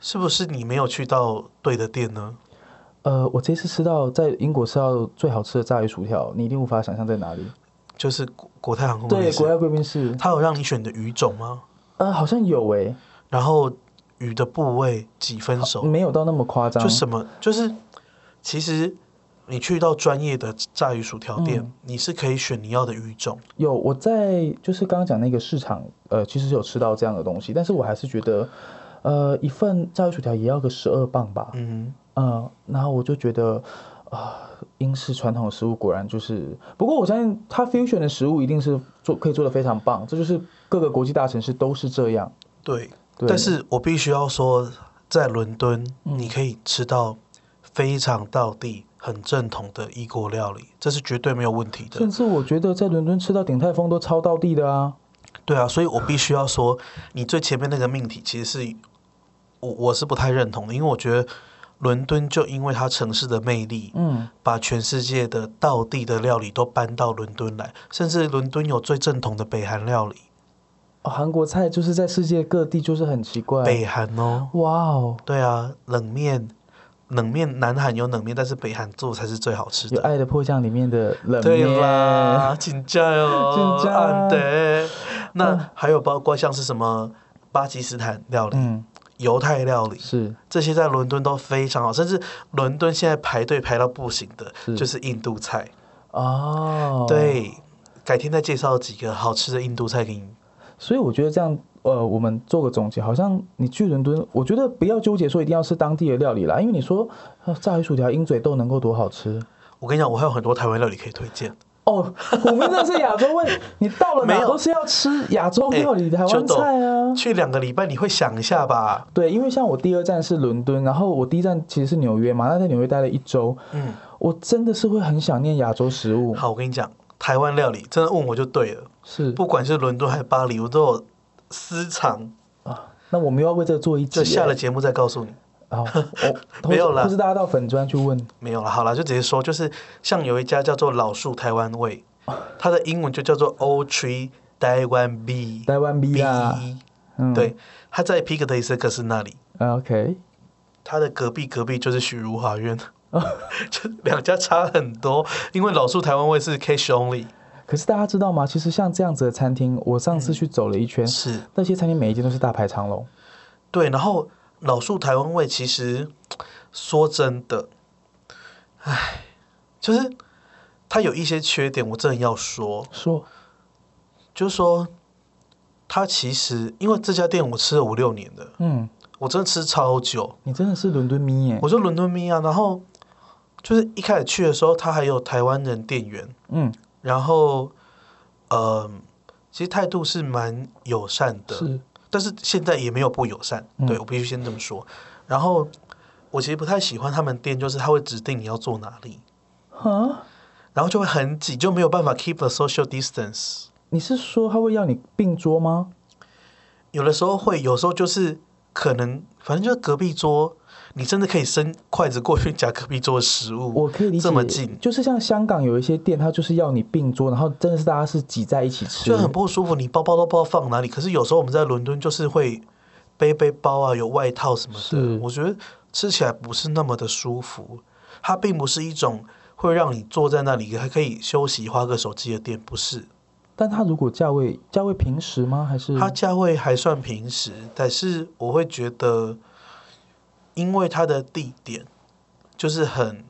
S2: 是不是你没有去到对的店呢？
S3: 呃，我这次吃到在英国吃到最好吃的炸鱼薯条，你一定无法想象在哪里。
S2: 就是国国泰航空
S3: 对
S2: 公，
S3: 国
S2: 司，
S3: 外贵宾室，
S2: 它有让你选的鱼种吗？
S3: 呃，好像有诶、
S2: 然后鱼的部位几分熟，
S3: 没有到那么夸张，
S2: 就什么就是，其实你去到专业的炸鱼薯条店，
S3: 嗯
S2: 你是可以选你要的鱼种，
S3: 有我在就是刚刚讲那个市场，呃，其实有吃到这样的东西，但是我还是觉得，呃，一份炸鱼薯条也要个十二磅吧，
S2: 嗯，
S3: 嗯，然后我就觉得，啊、英式传统食物果然就是，不过我相信它 fusion 的食物一定是做可以做的非常棒，这就是各个国际大城市都是这样。
S2: 对。
S3: 对
S2: 但是我必须要说，在伦敦你可以吃到非常道地、很正统的异国料理，这是绝对没有问题的
S3: 甚。至我觉得在伦敦吃到鼎泰丰都超到地的啊，
S2: 对啊，所以我必须要说，你最前面那个命题其实是我我是不太认同的，因为我觉得伦敦就因为它城市的魅力，
S3: 嗯，
S2: 把全世界的道地的料理都搬到伦敦来，甚至伦敦有最正统的北韩料理，
S3: 哦韩国菜就是在世界各地就是很奇怪，
S2: 北韩哦，
S3: 哇哦，
S2: 对啊，冷面，冷面南韩有冷面，但是北韩做才是最好吃
S3: 有
S2: 的。
S3: 《爱的迫降》里面的冷面，
S2: 对啦，请假哦，
S3: 请假
S2: 对。
S3: 嗯
S2: 那还有包括像是什么巴基斯坦料理、
S3: 嗯，
S2: 犹太料理，
S3: 是
S2: 这些在伦敦都非常好，甚至伦敦现在排队排到不行的，
S3: 是
S2: 就是印度菜。
S3: 哦，，
S2: 对，改天再介绍几个好吃的印度菜给你。
S3: 所以我觉得这样，呃，我们做个总结，好像你去伦敦，我觉得不要纠结说一定要吃当地的料理啦，因为你说、呃、炸鱼薯条、鹰嘴豆能够多好吃
S2: 我跟你讲，我还有很多台湾料理可以推荐。 [LAUGHS]
S3: 哦，我们这是亚洲味，你到了
S2: 没
S3: 哪
S2: 有
S3: 都是要吃亚洲料理、台湾菜啊。
S2: 去两个礼拜你会想一下吧。
S3: 对，因为像我第二站是伦敦，然后我第一站其实是纽约嘛，那在纽约待了一周，
S2: 嗯，
S3: 我真的是会很想念亚洲食物，
S2: 好，我跟你讲，台湾料理真的问我就对了，
S3: 是
S2: 不管是伦敦还是巴黎，我都有私藏。
S3: 啊，那我们又要为这个做一集
S2: 就
S3: 耶，
S2: 下了节目再告诉你。
S3: 啊，我
S2: [LAUGHS] 没有啦
S3: 不是大家到粉砖去问，
S2: 没有了，好了，就直接说，就是像有一家叫做老树台湾味，
S3: 哦
S2: 它的英文就叫做 O Tree 台湾 B
S3: 台湾 B 啦，
S2: B，
S3: 嗯，
S2: 对，它在 Piccadilly Circus 那里，
S3: 啊，OK，
S2: 它的隔壁隔壁就是许茹华苑，
S3: 哦
S2: [LAUGHS] 就两家差很多，因为老树台湾味是 cash only，
S3: 可是大家知道吗？其实像这样子的餐厅，我上
S2: 嗯
S3: 次去走了一圈，
S2: 是
S3: 那些餐厅每一间都是大排长龙。
S2: 对，然后老树台湾味其实说真的，唉，就是它有一些缺点，我真的要说，
S3: 说
S2: 就是说它其实因为这家店我吃了五六年的，
S3: 嗯，
S2: 我真的吃超久，
S3: 你真的是伦敦迷耶
S2: 我，就伦敦咪啊，然后就是一开始去的时候，它还有台湾人店员，
S3: 嗯，
S2: 然后呃，其实态度是蛮友善的，
S3: 是
S2: 但是现在也没有不友善，
S3: 嗯
S2: 对我必须先这么说。然后我其实不太喜欢他们店，就是他会指定你要坐哪里，
S3: 哈，
S2: 然后就会很挤，就没有办法 keep the social distance。
S3: 你是说他会要你并桌吗？
S2: 有的时候会，有时候就是可能，反正就是隔壁桌，你真的可以伸筷子过去夹隔壁桌的食物，
S3: 我可以理解，
S2: 这么近。
S3: 就是像香港有一些店，它就是要你并桌，然后真的是大家是挤在一起吃
S2: 就，很不舒服，你包包都不知道放哪里。可是有时候我们在伦敦就是会背背包啊，有外套什么
S3: 是
S2: 的，我觉得吃起来不是那么的舒服。它并不是一种会让你坐在那里还可以休息、花个手机的店，不是。
S3: 但它如果价位价位平时吗？还是
S2: 它价位还算平时，但是我会觉得，因为它的地点就是很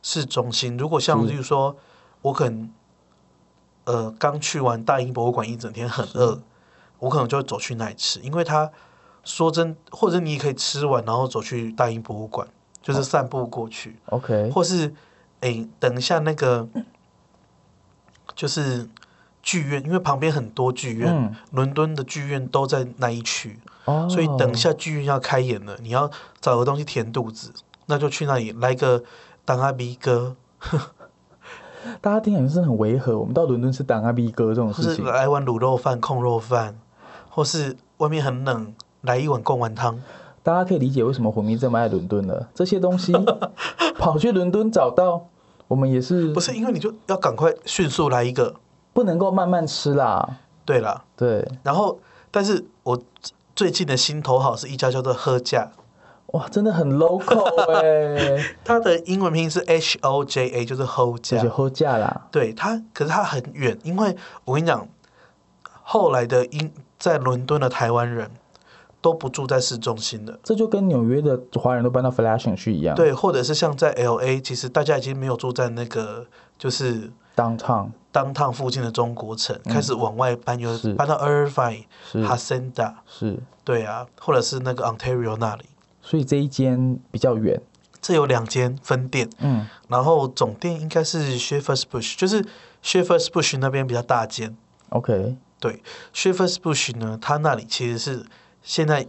S2: 市中心。如果像
S4: 是
S2: 例如说，我可能呃刚去完大英博物馆一整天很饿，我可能就会走去那里吃，因为它说真，或者你也可以吃完然后走去大英博物馆，就是散步过去，
S4: OK，
S2: 或是哎、等一下那个就是剧院，因为旁边很多剧院，
S3: 嗯
S2: 伦敦的剧院都在那一区。
S4: 哦
S2: 所以等一下剧院要开演了，你要找个东西填肚子，那就去那里来个当阿鼻哥，
S3: 大家听起来是很违和。我们到伦敦吃当阿 B 哥这种
S2: 或
S3: 事
S2: 是
S3: 情，
S2: 来碗卤肉饭、控肉饭，或是外面很冷，来一碗贡丸汤。
S3: 大家可以理解为什么虎迷这么爱伦敦了。这些
S2: [LAUGHS]
S3: 东西跑去伦敦找到，我们也是
S2: 不是因为你就要赶快迅速来一个，
S3: 不能够慢慢吃啦。
S2: 对啦。
S3: 对，
S2: 然后，但是我最近的心头好是一家叫做喝价，
S3: 哇，真的
S2: [LAUGHS]
S3: 很 local 哎、
S2: 它的英文拼音是 H O J A，就是 Ho
S3: 这
S2: 家
S3: 就。喝价啦。
S2: 对它，可是它很远，因为我跟你讲，后来的英在伦敦的台湾人都不住在市中心的，
S3: 这就跟纽约的华人都搬到 Flashing 去一样，
S2: 对，或者是像在 L A，其实大家已经没有住在那个就是
S3: ，downtown
S2: 当趟附近的中国城，开始往外搬，有
S3: 嗯是
S2: 搬到 Irvine、
S3: 是
S2: Hacienda，
S3: 是，
S2: 对啊，或者是那个 Ontario 那里，
S3: 所以这一间比较远，
S2: 这有两间分店，
S3: 嗯，
S2: 然后总店应该是 Sheffers Bush，就是 Sheffers Bush 那边比较大间。
S3: OK，
S2: 对 s h e f e r s Bush 呢，它那里其实是现在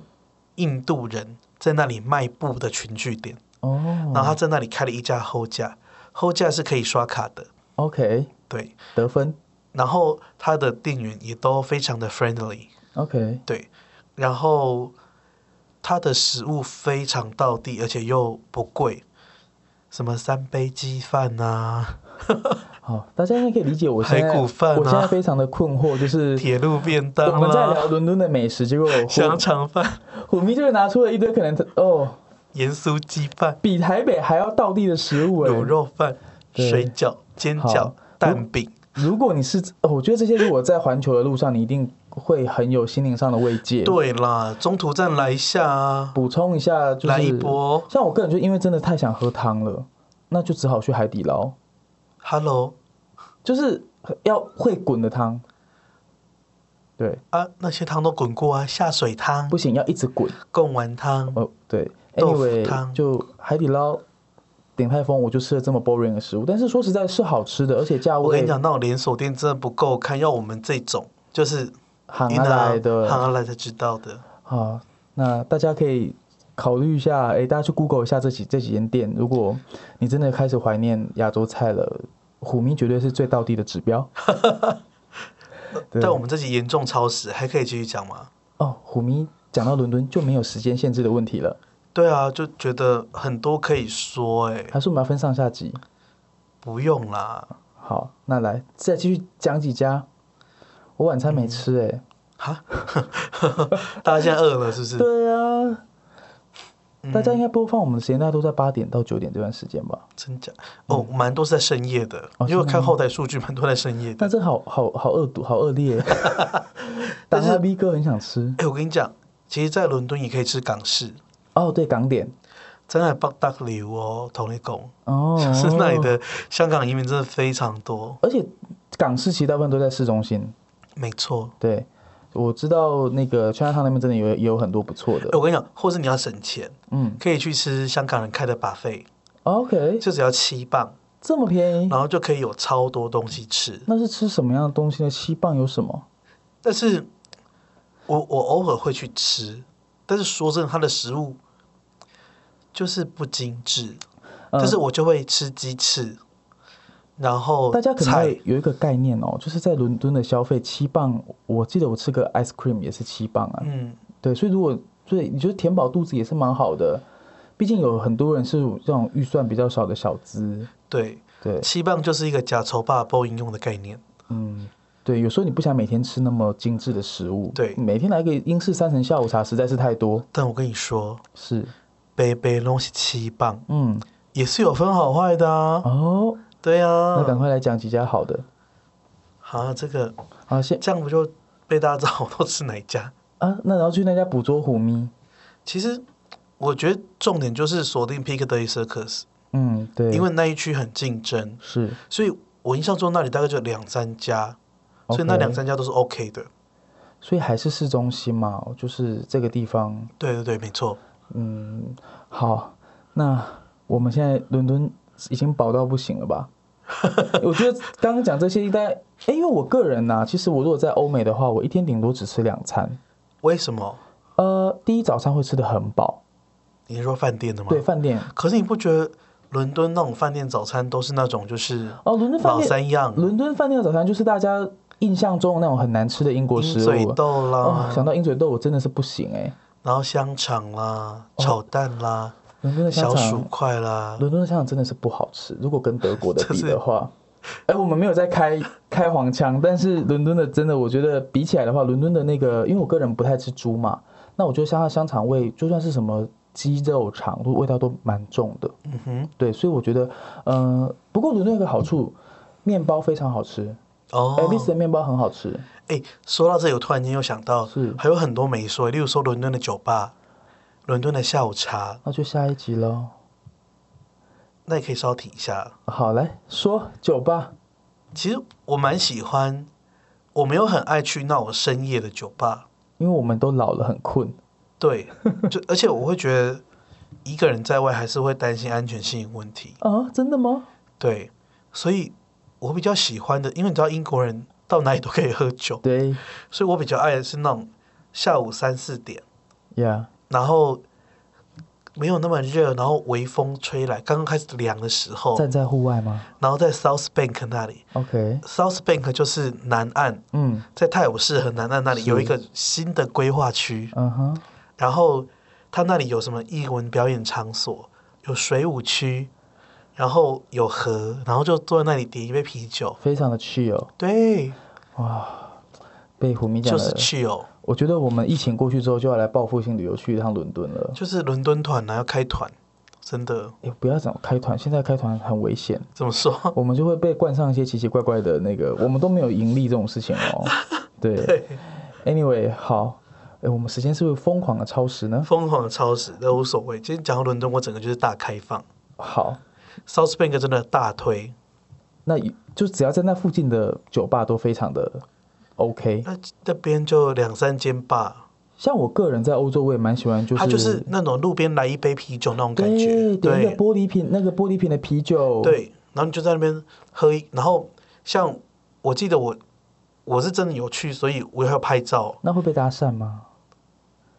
S2: 印度人在那里卖布的群聚点，
S3: 哦、
S2: 然后他在那里开了一家后架，后架是可以刷卡的，
S3: o k
S2: 对，
S3: 得分
S2: 然后他的店员也都非常的 friendly，
S3: ，OK，
S2: 对，然后他的食物非常到地，而且又不贵，什么三杯鸡饭啊，
S3: 好，大家应该可以理解我现在，
S2: 排骨饭啊
S3: 我现在非常的困惑，就是
S2: 铁啊路便
S3: 我
S2: 当
S3: 们在
S2: 啦、
S3: 聊伦敦的美食，结果
S2: 香
S3: 虎
S2: 肠饭、
S3: 虎迷就是拿出了一堆可能哦，
S2: 盐酥鸡饭。
S3: 比台北还要道地的食物、哎，
S2: 卤肉饭、
S3: 对
S2: 水饺、煎
S3: 好
S2: 饺、蛋饼，
S3: 如果你是，哦我觉得这些如果在环球的路上，你一定会很有心灵上的慰藉。，
S2: 对啦，中途站来一下啊，
S3: 补充一下就是，
S2: 来一波
S3: 像我个人就因为真的太想喝汤了，那就只好去海底捞，
S2: ，Hello
S3: 就是要会滚的汤。对，
S2: 啊，那些汤都滚过啊，下水汤
S3: 不、行，要一直滚。
S2: 贡丸汤，
S3: 哦，对
S2: 豆腐
S3: ，anyway，
S2: 汤
S3: 就海底捞、鼎泰丰，我就吃了这么 boring 的食物，但是说实在是好吃的，而且价位
S2: 我跟你讲，那种连锁店真的不够看，要我们这种就是
S3: 行
S2: 一
S3: 啊
S2: 拿
S3: 来的
S2: 行来才知道的。
S3: 好，那大家可以考虑一下，诶，大家去 Google 一下这几这几间店。如果你真的开始怀念亚洲菜了，虎迷绝对是最到地的指标。对
S2: 但我们这集严重超时，还可以继续讲吗？
S3: 哦，虎迷讲到伦敦就没有时间限制的问题了，
S2: 对啊，就觉得很多可以说、欸，
S3: 还是我们要分上下集？
S2: 不用啦，
S3: 好，那来再继续讲几家。我晚餐没吃诶。
S2: 哈， [LAUGHS] 大家现在饿了是不嗯是？
S3: 对啊，大家应该播放我们的时间，大家都在八点到九点这段时间吧？
S2: 真假？哦，蛮多是在深夜的，
S3: 嗯哦
S2: 因为我
S3: 真的
S2: 看
S3: 吗
S2: 后台数据，蛮多在深夜的。
S3: 但这好好好恶毒，好恶
S2: [LAUGHS]
S3: 劣。但是 B 哥很想吃
S2: 哎、我跟你讲，其实，在伦敦也可以吃港式，
S3: 哦，对港点。
S2: 真的北大流哦，同你讲，
S3: 哦，
S2: 就是那里的香港移民真的非常多，
S3: 而且港式其实大部分都在市中心。
S2: 没错。
S3: 对，我知道那个 China Town 那边真的有也有很多不错
S2: 哎、
S3: 的。
S2: 我跟你讲，或是你要省钱，
S3: 嗯
S2: 可以去吃香港人开的 buffet，
S3: ，OK，
S2: 就只要七磅，
S3: 这么便宜，
S2: 然后就可以有超多东西吃。
S3: 那是吃什么样的东西呢？西棒有什么？
S2: 但是我我偶尔会去吃，但是说真的，它的食物就是不精致，
S3: 呃
S2: 但是我就会吃鸡翅，然后
S3: 大家可能
S2: 菜
S3: 会有一个概念哦，就是在伦敦的消费七磅，我记得我吃个 ice cream 也是七磅啊。
S2: 嗯，
S3: 对，所以如果所以你觉得填饱肚子也是蛮好的，毕竟有很多人是这种预算比较少的小资。
S2: 对，
S3: 对，
S2: 七磅就是一个假丑霸包饮用的概念，
S3: 嗯，对，有时候你不想每天吃那么精致的食物，
S2: 对
S3: 每天来个英式三层下午茶实在是太多。
S2: 但我跟你说，
S3: 是，
S2: 杯杯东西七磅
S3: 嗯，
S2: 也是有分好坏的啊，
S3: 哦，
S2: 对
S3: 那赶
S2: 啊，
S3: 快来讲几家好的
S2: 啊，这个
S3: 啊，先
S2: 这样不就被大家知道我都吃哪一家？
S3: 啊，那然后去那家捕捉虎咪，
S2: 其实我觉得重点就是锁定 Pick Day Circus，
S3: 嗯，
S4: 对，
S2: 因为那一区很竞争，
S4: 是
S2: 所以我印象中那里大概就两三家，所以那
S3: OK
S2: 两三家都是 OK 的。
S3: 所以还是市中心嘛，就是这个地方。
S2: 对对对，没错。
S3: 嗯，好，那我们现在伦敦已经饱到不行
S2: [LAUGHS]
S3: 了吧？我觉得刚刚讲这些应该，哎，因为我个人呐、其实我如果在欧美的话，我一天顶多只吃两餐。
S2: 为什么？
S3: 呃，第一早餐会吃的很饱，
S2: 你是说饭店的吗？
S3: 对，。饭店。
S2: 可是你不觉得伦敦那种饭店早餐都是那种就是
S3: 哦，伦敦饭
S2: 老
S3: 店，
S2: 三样，
S3: 伦敦饭店的早餐就是大家印象中那种很难吃的英国
S2: 鹰
S3: 食
S2: 嘴
S3: 物。啊
S2: 豆啊啦，
S3: 哦，想到鹰嘴豆，我真的是不行哎、
S2: 然后香肠啦、炒蛋啦、
S3: 伦敦的哦香
S2: 小
S3: 肠
S2: 薯块啦，
S3: 伦敦的香肠真的是不好吃，如果跟德 [LAUGHS] 国的比的话，哎、我们没有在开开黄腔，但是伦敦的真的，我觉得比起来的话，伦敦的那个，因为我个人不太吃猪嘛，那我觉得香港香肠味，就算是什么鸡肉肠，都味道都蛮重的。
S2: 嗯哼，
S3: 对，所以我觉得，呃，不过伦敦有个好处，面包非常好吃哎
S2: 哦，
S3: ，Alice 的面包很好吃，
S2: 哎，说到这里，我突然间又想到
S3: 是，
S2: 还有很多没说，例如说伦敦的酒吧、伦敦的下午茶，
S3: 那就下一集喽。
S2: 那也可以稍提一下。
S3: 好，来说酒吧，
S2: 其实我蛮喜欢，我没有很爱去那种深夜的酒吧，
S3: 因为我们都老了，很困。
S2: 对，就而且我会觉得一个人在外还是会担心安全性问题，
S3: 啊，真的吗？
S2: 对，所以我比较喜欢的，因为你知道英国人到哪里都可以喝酒，
S3: 对
S2: 所以我比较爱的是那种下午三四点，
S3: ，Yeah，
S2: 然后没有那么热，然后微风吹来，刚刚开始凉的时候，
S3: 站在户外吗
S2: 然后在 South Bank 那里
S3: ？OK，
S2: ，South Bank 就是南岸，
S3: 嗯。
S2: 在泰晤士河南岸那里
S3: 是
S2: 有一个新的规划区，
S3: 嗯哼，
S2: 然后它那里有什么艺文表演场所，有水舞区，然后有河，然后就坐在那里点一杯啤酒，
S3: 非常的 chill，
S2: 对，
S3: 被虎迷讲
S2: 就是
S3: 了。
S2: 哦 chill，
S3: 我觉得我们疫情过去之后就要来报复性旅游去一趟伦敦了。
S2: 就是伦敦团然后开团，真的
S3: 也不要讲开团，现在开团很危险，
S2: 怎么说？ [LAUGHS]
S3: 我们就会被冠上一些奇奇怪怪的那个，我们都没有盈利这种事情
S2: [LAUGHS]
S3: 哦。对，Anyway，好，哎，我们时间是不是疯狂的超时呢？
S2: 疯狂的超市都无所谓。今天讲到伦敦，我整个就是大开放
S3: 好，
S2: ，South Bank 真的大推。
S3: 那一就只要在那附近的酒吧都非常的 OK。
S2: 那那边就两三间吧，
S3: 像我个人在欧洲，我也蛮喜欢，就是
S2: 它啊就是那种路边来一杯啤酒那种感觉，
S3: 对，点一
S2: 对
S3: 个玻璃瓶那个玻璃瓶的啤酒，，
S2: 对，然后你就在那边喝一，然后像我记得我我是真的有去，所以我还有拍照，
S3: 那会被搭讪吗？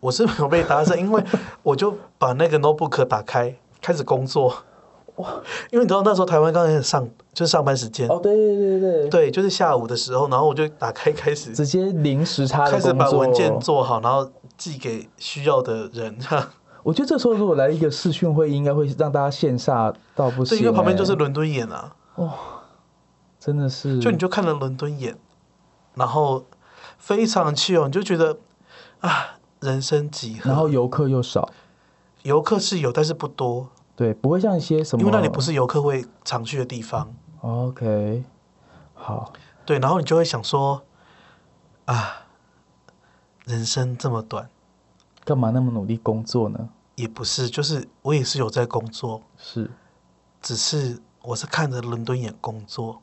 S2: 我是没有被搭讪，因
S3: [LAUGHS]
S2: 为我就把那个 notebook 打开开始工作，哇，因为你知道那时候台湾刚开始上就是上班时间，
S3: 哦，对对对对，
S2: 对，就是下午的时候，然后我就打开开始
S3: 直接零时差
S2: 开
S3: 的
S2: 始
S3: 工
S2: 把
S3: 作。
S2: 文件做好，然后寄给需要的人。
S3: 我觉得这时候如果来一个视讯会，议，应该会让大家羡煞到不行、
S2: 对，
S3: 欸
S2: 因为旁边就是，伦敦眼啊，
S3: 真的是，
S2: 就你就看了伦敦眼，然后非常气哦，你就觉得啊，人生几何。
S3: 然后游客又少，
S2: 游客是有，但是不多，
S3: 对，不会像一些什么，
S2: 因为那里不是游客会常去的地方。
S3: OK，好，
S2: 对，然后你就会想说啊，人生这么短，
S3: 干嘛那么努力工作呢？
S2: 也不是，就是我也是有在工作，
S3: 是，
S2: 只是我是看着伦敦眼工作，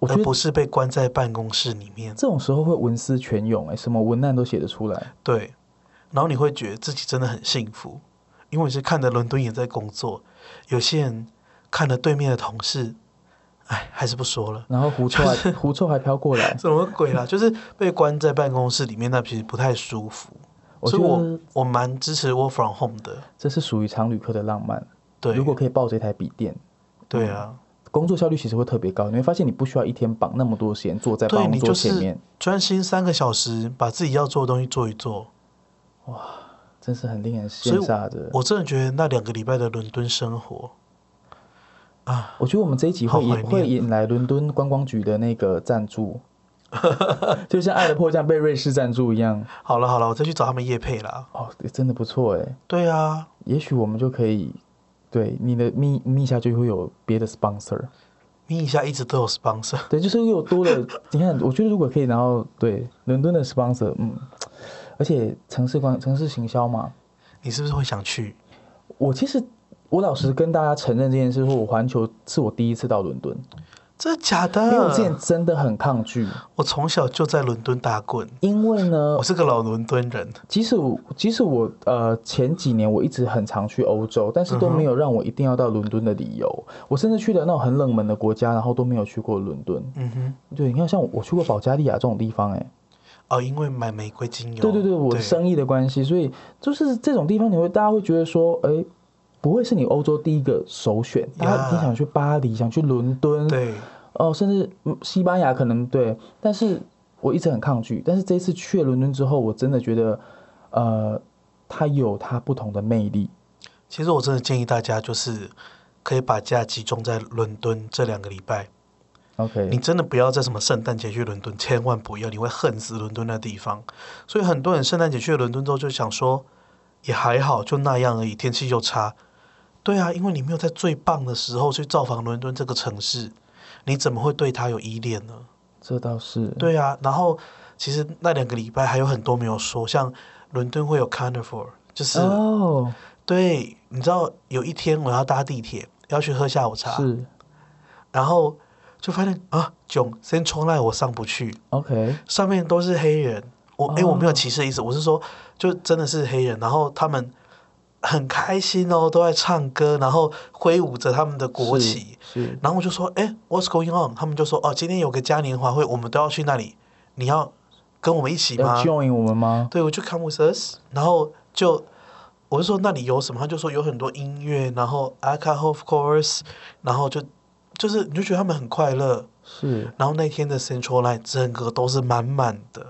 S3: 我觉
S2: 而
S3: 得
S2: 不是被关在办公室里面。
S3: 这种时候会文思泉涌、哎，什么文案都写得出来，
S2: 对，然后你会觉得自己真的很幸福，因为你是看着伦敦也在工作，有些人看着对面的同事，哎，还是不说了，
S3: 然后狐臭还、狐臭还飘过来，
S2: 什么鬼
S3: [LAUGHS]
S2: 啦？就是被关在办公室里面，那其实不太舒服。
S3: 我
S2: 所
S3: 觉
S2: 以
S3: 得
S2: 我我蛮支持 work from home 的，
S3: 这是属于常旅客的浪漫。
S2: 对，
S3: 如果嗯可以抱着一台笔电，
S2: 对啊，
S3: 工作效率其实会特别高，你会发现你不需要一天绑那么多时间坐在
S2: 对
S3: 办
S2: 你
S3: 公
S2: 就
S3: 桌前面
S2: 是，专心三个小时，把自己要做的东西做一做。
S3: 真是很令人
S2: 所以
S3: 羡煞的。
S2: 我真的觉得那两个礼拜的伦敦生活，啊
S3: 我觉得我们这一集
S2: 好
S3: 会
S2: 怀
S3: 引
S2: 念
S3: 会引来伦敦观光局的那个
S2: [LAUGHS]
S3: 赞助，就像《爱的迫降》被瑞士赞助一样。
S2: 好了好了，我再去找他们叶配啦。
S3: 哦，真的不错哎，
S2: 对啊，
S3: 也许我们就可以，对你的密密下就会有别的 sponsor。
S2: 咪一下一直都有 sponsor。
S3: 对，就是又多
S2: [LAUGHS]
S3: 了。你看，我觉得如果可以拿到对伦敦的 sponsor，嗯，而且城市观城市行销嘛，
S2: 你是不是会想去？
S3: 我其实我老实跟大家承认这件事，说我环球是我第一次到伦敦，
S2: 真的假的？
S3: 因为我之前真的很抗拒，
S2: 我从小就在伦敦打滚，
S3: 因为呢
S2: 我，是个老伦敦人。
S3: 即使我即使我呃前几年我一直很常去欧洲，但是
S2: 嗯
S3: 都没有让我一定要到伦敦的理由。我甚至去了那种很冷门的国家，然后都没有去过伦敦。
S2: 嗯哼，
S3: 对，你看，像我去过保加利亚这种地方、欸，哎，
S2: 哦，因为买玫瑰精油。
S3: 对对对，我生意的关系，所以就是这种地方，你会大家会觉得说，哎、不会是你欧洲第一个首选，大家一定想去巴黎，想去伦敦，
S2: 对，
S3: 哦、甚至嗯西班牙可能对，但是我一直很抗拒。但是这一次去了伦敦之后，我真的觉得，呃，它有它不同的魅力。
S2: 其实我真的建议大家就是可以把假集中在伦敦这两个礼拜。你
S3: OK，
S2: 真的不要在什么圣诞节去伦敦，千万不要，你会恨死伦敦那地方。所以很多人圣诞节去了伦敦之后就想说，也还好，就那样而已，天气又差。对啊，因为你没有在最棒的时候去造访伦敦这个城市，你怎么会对它有依恋呢？
S3: 这倒是
S2: 对啊，然后其实那两个礼拜还有很多没有说，像伦敦会有 Carnival，就是、
S3: 哦，
S2: 对，你知道有一天我要搭地铁要去喝下午茶，
S3: 是
S2: 然后就发现啊，囧先冲来我上不去，
S3: OK，
S2: 上面都是黑人。我哎、
S3: 哦
S2: 我没有歧视的意思，我是说，就真的是黑人。然后他们很开心哦，都在唱歌，然后挥舞着他们的国
S3: 是
S2: 旗。
S3: 是
S2: 然后我就说，哎、w h a t s going on？他们就说，哦，今天有个嘉年华会，我们都要去那里，你要跟我们一起
S3: 要
S2: 吗？
S3: join 我们吗？
S2: 对，我就 come with us，然后就我就说那里有什么，他就说有很多音乐，然后 a c a of course，然后就就是你就觉得他们很快乐，
S3: 是
S2: 然后那天的 Central Line 整个都是满满的，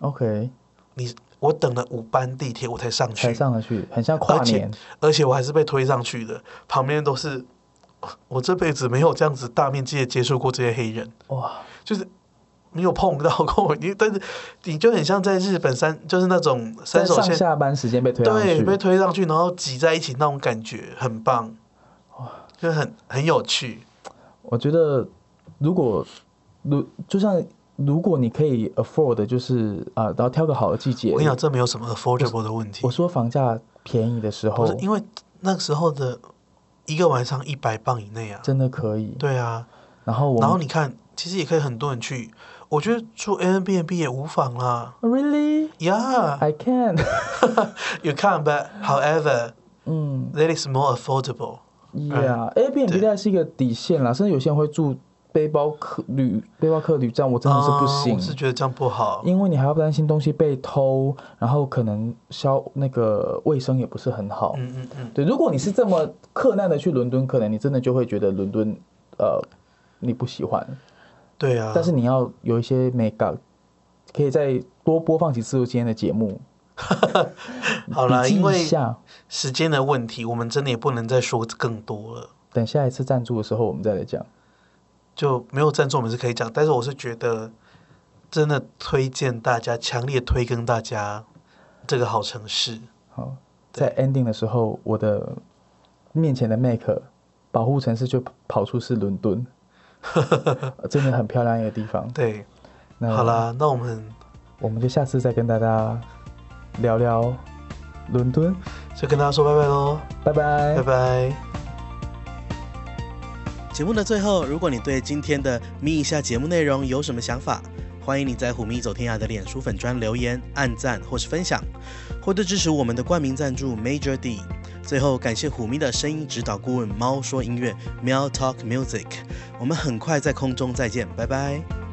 S3: OK，
S2: 你我等了五班地铁我才上
S3: 才
S2: 去，
S3: 上得去，很像跨
S2: 而且
S3: 年。
S2: 而且我还是被推上去的，旁边都是我这辈子没有这样子大面积的接触过这些黑人，
S3: 哇，
S2: 就是。没有碰到过你，但是你就很像在日本三，就是那种
S3: 在
S2: 三手
S3: 上
S2: 线
S3: 下班时间被推上
S2: 对，
S3: 去，
S2: 被推上去，然后挤在一起那种感觉很棒，就很很有趣。
S3: 我觉得如果如就像如果你可以 afford，就是啊、然后挑个好的季节
S2: 我跟，你讲，这没有什么 affordable 的问题
S3: 我，说房价便宜的时
S2: 不
S3: 候
S2: 是，因为那个时候的一个晚上一百磅以内啊，
S3: 真的可以。
S2: 对啊。
S3: 然后我
S2: 然后你看，其实也可以很多人去，我觉得住 Airbnb 也无妨啦。
S3: ，Oh, really
S2: Yeah,
S3: I can， [LAUGHS]
S2: you can, but however,
S3: 嗯
S2: that is more affordable.
S3: ，Yeah，Airbnb 大概是一个底线啦，甚至有些人会住背包客旅背包客旅站，我真的是不
S2: 嗯
S3: 行。
S2: 我是觉得这样不好。
S3: 因为你还要担心东西被偷，然后可能消那个卫生也不是很好。
S2: 嗯嗯嗯，
S3: 对，如果你是这么克难的去伦敦，可能你真的就会觉得伦敦，呃，你不喜欢。
S2: 对啊。
S3: 但是你要有一些美感，可以再多播放几次今天的节目，
S2: 好啦，
S3: 笔记
S2: 因
S3: 一
S2: 为
S3: 下，
S2: 时间的问题，我们真的也不能再说更多了。
S3: 等下一次赞助的时候我们再来讲。
S2: 就没有赞助我们是可以讲，但是我是觉得真的推荐大家，强烈推更大家这个好城市。
S3: 好，在 ending 的时候，我的面前的 make 保护城市就跑出是
S2: [LAUGHS]
S3: 伦敦，呃真的很漂亮一个地方。
S2: 对，
S3: 那
S2: 好，啦，那我们
S3: 我们就下次再跟大家聊聊伦敦，
S2: 就跟大家说拜拜喽，
S3: 拜拜
S2: 拜拜。
S5: 节目的最后，如果你对今天的咪一下节目内容有什么想法，欢迎你在虎咪走天涯的脸书粉专留言、按赞或是分享，或者支持我们的冠名赞助 Major D。最后，感谢虎咪的声音指导顾问猫说音乐 Meow Talk Music。我们很快在空中再见，拜拜。